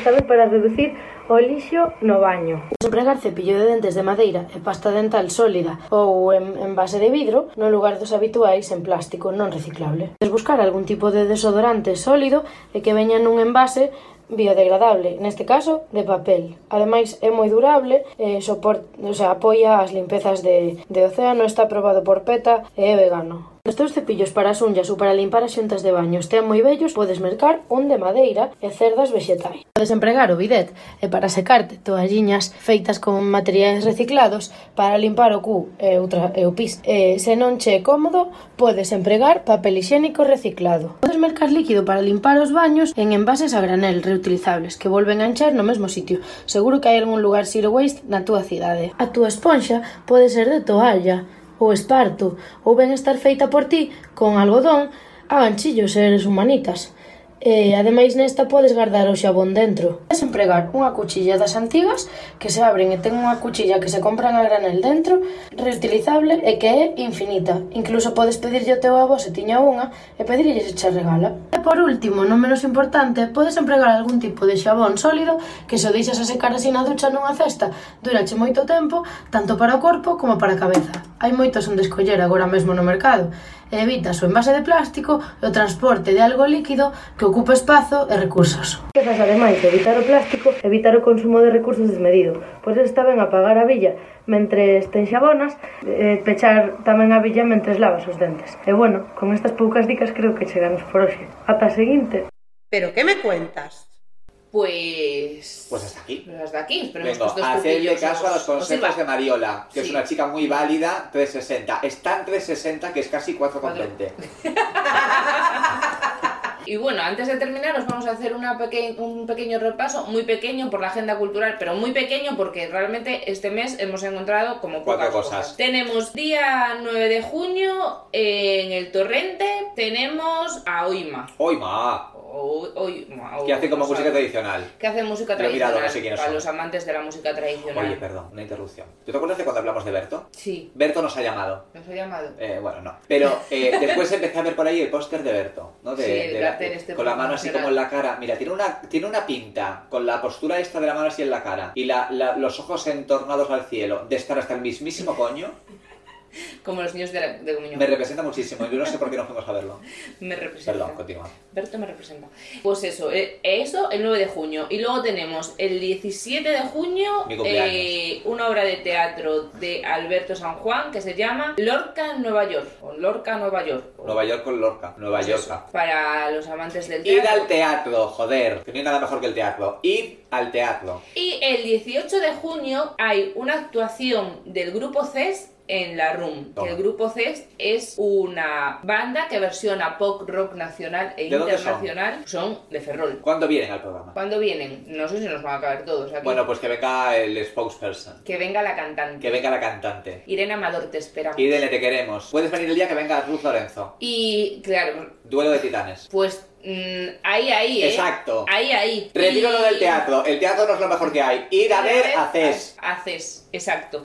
H: Sabe para reducir o lixo no baño. Empregar cepillo de dentes de madeira e pasta dental sólida ou en envase de vidro no lugar dos habituais en plástico non reciclable. Es buscar algún tipo de desodorante sólido e que veña nun envase biodegradable, neste caso de papel. Ademais é moi durable, e sopor, o sea, apoia as limpezas de, de océano, está aprobado por PETA e é vegano. Os teus cepillos para as unhas ou para limpar as xuntas de baño estean moi bellos, podes mercar un de madeira e cerdas vexetais. Podes empregar o bidet e para secarte toalliñas feitas con materiais reciclados para limpar o cu e, outra, e o pis. E, se non che é cómodo, podes empregar papel higiénico reciclado. Podes mercar líquido para limpar os baños en envases a granel reutilizables que volven a encher no mesmo sitio. Seguro que hai algún lugar zero waste na túa cidade. A túa esponxa pode ser de toalla, ou esparto, ou ben estar feita por ti con algodón a ganchillos e eres humanitas. E, ademais, nesta podes guardar o xabón dentro. Podes empregar unha cuchilla das antigas que se abren e ten unha cuchilla que se compran a granel dentro, reutilizable e que é infinita. Incluso podes pedirlle ao teu avó se tiña unha e pedirlle se che regala. E por último, non menos importante, podes empregar algún tipo de xabón sólido que se o deixas a secar así na ducha nunha cesta durache moito tempo, tanto para o corpo como para a cabeza. Hai moitos onde escoller agora mesmo no mercado e evitas o envase de plástico e o transporte de algo líquido que ocupa espazo e recursos. Empezas ademais de evitar o plástico, evitar o consumo de recursos desmedido, pois está ben apagar a villa mentre ten xabonas, e pechar tamén a villa mentre lavas os dentes. E bueno, con estas poucas dicas creo que chegamos por hoxe. Ata a seguinte.
E: ¿Pero qué me cuentas?
B: Pues.
A: Pues hasta aquí.
B: Pues hasta aquí. Esperemos
A: Vengo,
B: que estos
A: hacerle
B: truquillos
A: caso a los
B: os- os
A: consejos de
B: sirvan.
A: Mariola, que es
B: Sí.
A: una chica muy válida, 360. Es tan 360 que es casi 4,20.
B: Y bueno, antes de terminar os vamos a hacer una peque- un pequeño repaso, muy pequeño por la agenda cultural, pero muy pequeño porque realmente este mes hemos encontrado como
A: Cuatro
B: pocas
A: cosas.
B: Tenemos día 9 de junio eh, en el Torrente, tenemos a Oima.
A: ¡Uy, ma!
B: O- Oima, o-
A: Que hace como
B: no
A: música
B: sabe.
A: tradicional.
B: Que hace música
A: Lo he mirado,
B: tradicional
A: no sé quiénes
B: para
A: son.
B: los amantes de la música tradicional.
A: Oye, perdón, una interrupción. ¿Tú te acuerdas de cuando hablamos de Berto?
B: Sí,
A: Berto nos ha llamado.
B: nos ha llamado.
A: Eh, bueno, no. Pero
B: *laughs*
A: eh, después empecé a ver por ahí el póster de Berto, ¿no? De,
B: Sí, el
A: de
B: cartel este
A: con la mano así
B: promocional.
A: como en la cara. Mira, tiene una, tiene una pinta con la postura esta de la mano así en la cara y la- la- los ojos entornados al cielo de estar hasta el mismísimo coño.
B: Como los niños de, la- de Comunión.
A: Me representa muchísimo y yo no sé por qué no fuimos a verlo.
B: Me representa.
A: Perdón, continúa.
B: Berto me representa. Pues eso, eh, eso el 9 de junio. Y luego tenemos el 17 de junio
A: Mi cumpleaños.
B: eh, una obra de teatro de Alberto San Juan que se llama Lorca en Nueva York. O Lorca Nueva York. O-
A: Nueva York con Lorca. Nueva
B: pues
A: York.
B: eso, Para los amantes del
A: Id al
B: teatro.
A: teatro, joder. Que no hay nada mejor que el teatro. Id al teatro.
B: Y el 18 de junio hay una actuación del grupo CES en La Room.
A: Toma.
B: El grupo Cest es una banda que versiona pop rock nacional e
A: ¿De dónde son?
B: internacional. Son? de Ferrol.
A: ¿Cuándo vienen al programa?
B: ¿Cuándo vienen? No sé si nos van a caber todos aquí.
A: Bueno, pues que venga el spokesperson.
B: que venga la cantante.
A: Que venga la cantante.
B: Irene Amador te espera.
A: Y dele, te queremos. Puedes venir el día que venga Ruth Lorenzo.
B: Y claro,
A: Duelo de titanes.
B: pues mm, ahí, ahí, ¿eh?
A: Exacto.
B: Ahí, ahí.
A: Retiro lo
B: Y-
A: del teatro. El teatro no es lo mejor que hay. Ir a ver a Cés.
B: Haces, exacto.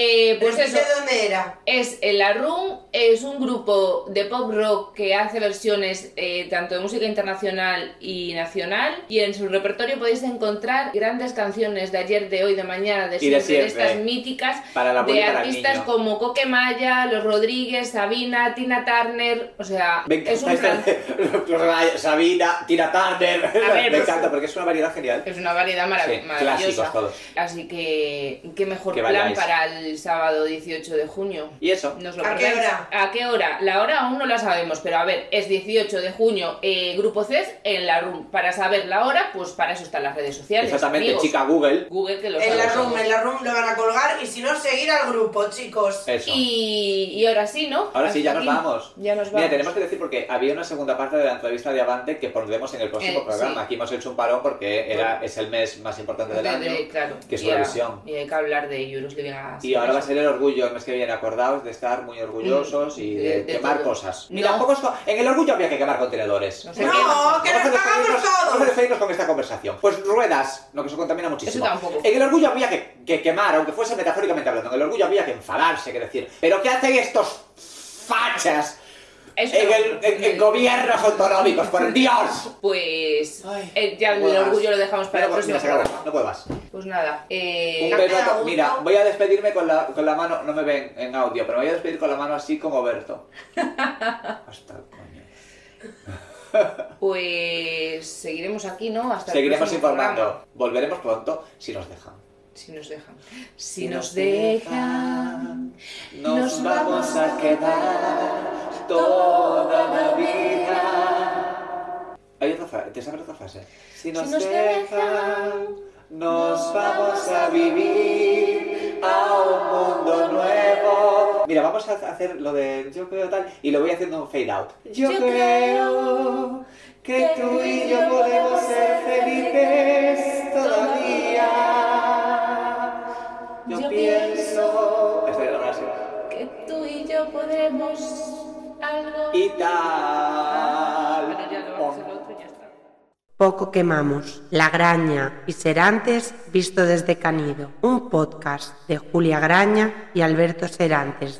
B: Eh, pues
C: Repite
B: eso.
C: dónde era?
B: Es en La Room, es un grupo de pop rock que hace versiones eh, tanto de música internacional y nacional. Y en su repertorio podéis encontrar grandes canciones de ayer, de hoy, de mañana, de
A: Y de
B: siempre, de
A: siempre.
B: estas míticas.
A: Para la
B: de
A: abuela y para el
B: artistas
A: niño.
B: como Coque Maya, Los Rodríguez, Sabina, Tina Turner, o sea,
A: Me
B: es
A: encanta
B: un plan-
A: esta- *laughs* Sabina, Tina Turner. *laughs*
B: ver,
A: Me
B: pues-
A: encanta porque es una variedad genial.
B: es una variedad marav-
A: Sí,
B: maravillosa.
A: clásicos todos.
B: Así que, qué mejor
A: Que
B: plan
A: vayáis.
B: para el sábado 18 de junio.
A: Y eso.
B: Nos lo
C: ¿A qué
B: perdáis.
C: hora?
B: ¿A qué hora? La hora aún no la sabemos, pero a ver, es 18 de junio, eh, Grupo CES en la RUM. Para saber la hora, pues para eso están las redes sociales.
A: Exactamente,
B: amigos.
A: chica Google.
B: Google que lo
C: En
B: sabe.
C: la
A: sabes,
C: room,
A: ¿no?
C: en la room lo van a colgar y si no, seguir al grupo, chicos.
A: Eso.
B: Y, y ahora sí, ¿no?
A: Ahora sí,
B: Hasta
A: ya nos
B: aquí.
A: vamos.
B: Ya nos vamos.
A: Mira, tenemos que decir porque había una segunda parte de la entrevista de Avante que pondremos en el próximo
B: Eh,
A: programa.
B: sí.
A: Aquí hemos hecho un parón porque era, es el mes más importante del
B: De-
A: año.
B: de- claro,
A: que es
B: y a-
A: Eurovisión.
B: Y hay que hablar de Eurosliving.
A: Y ahora va a ser el orgullo el mes que viene, acordaos de estar muy orgullosos y de,
B: Mm, De- de
A: quemar
B: todo.
A: cosas. Mira,
B: No.
A: tampoco es co- en el orgullo había que quemar contenedores.
B: No sé
A: Bueno,
B: qué.
C: No,
A: vamos a
C: que nos
A: despedirnos-
C: pagamos
A: Vamos a
C: todos.
A: despedirnos con esta conversación. Pues ruedas, no que eso contamina muchísimo.
B: Eso tampoco.
A: En el orgullo había que, que quemar, aunque fuese metafóricamente hablando, en el orgullo había que enfadarse, que decir, ¿pero qué hacen estos fachas
B: Eso.
A: en, el, en- en gobiernos autonómicos? ¡Por Dios!
B: Pues
A: Ay,
B: eh, ya
A: no
B: el
A: puedo más.
B: orgullo lo dejamos para el
A: Mira, pues,
B: próximo
A: mira, se acabó.
B: programa.
A: No puedo más.
B: Pues nada. eh,
A: Un beso a
C: Café
A: to-
C: Augusto.
A: Mira, voy a despedirme con la, con la mano, no me ven en audio, pero me voy a despedir con la mano así como
B: *laughs*
A: Berto. Hasta el coño.
B: pues seguiremos aquí, ¿no? Hasta el
A: Seguiremos
B: próximo
A: informando.
B: programa.
A: Volveremos pronto si nos dejan.
B: Si nos dejan. Si nos dejan.
A: nos vamos a quedar toda la vida. Hay otra frase, ¿te sabes otra frase? Si nos,
B: nos
A: dejan, nos vamos a vivir a un mundo nuevo. Mira, vamos a hacer lo de yo creo tal y lo voy haciendo un fade out. Yo, creo que tú y yo podemos ser felices todavía. Yo,
B: Yo
A: pienso. Esta era la frase.
B: Que tú y yo podremos algo.
A: Y tal.
B: Ah, Bueno, ya lo vamos a hacer lo otro y ya está.
I: Poco quemamos, La Graña y Serantes visto desde Canido, un podcast de Julia Graña y Alberto Serantes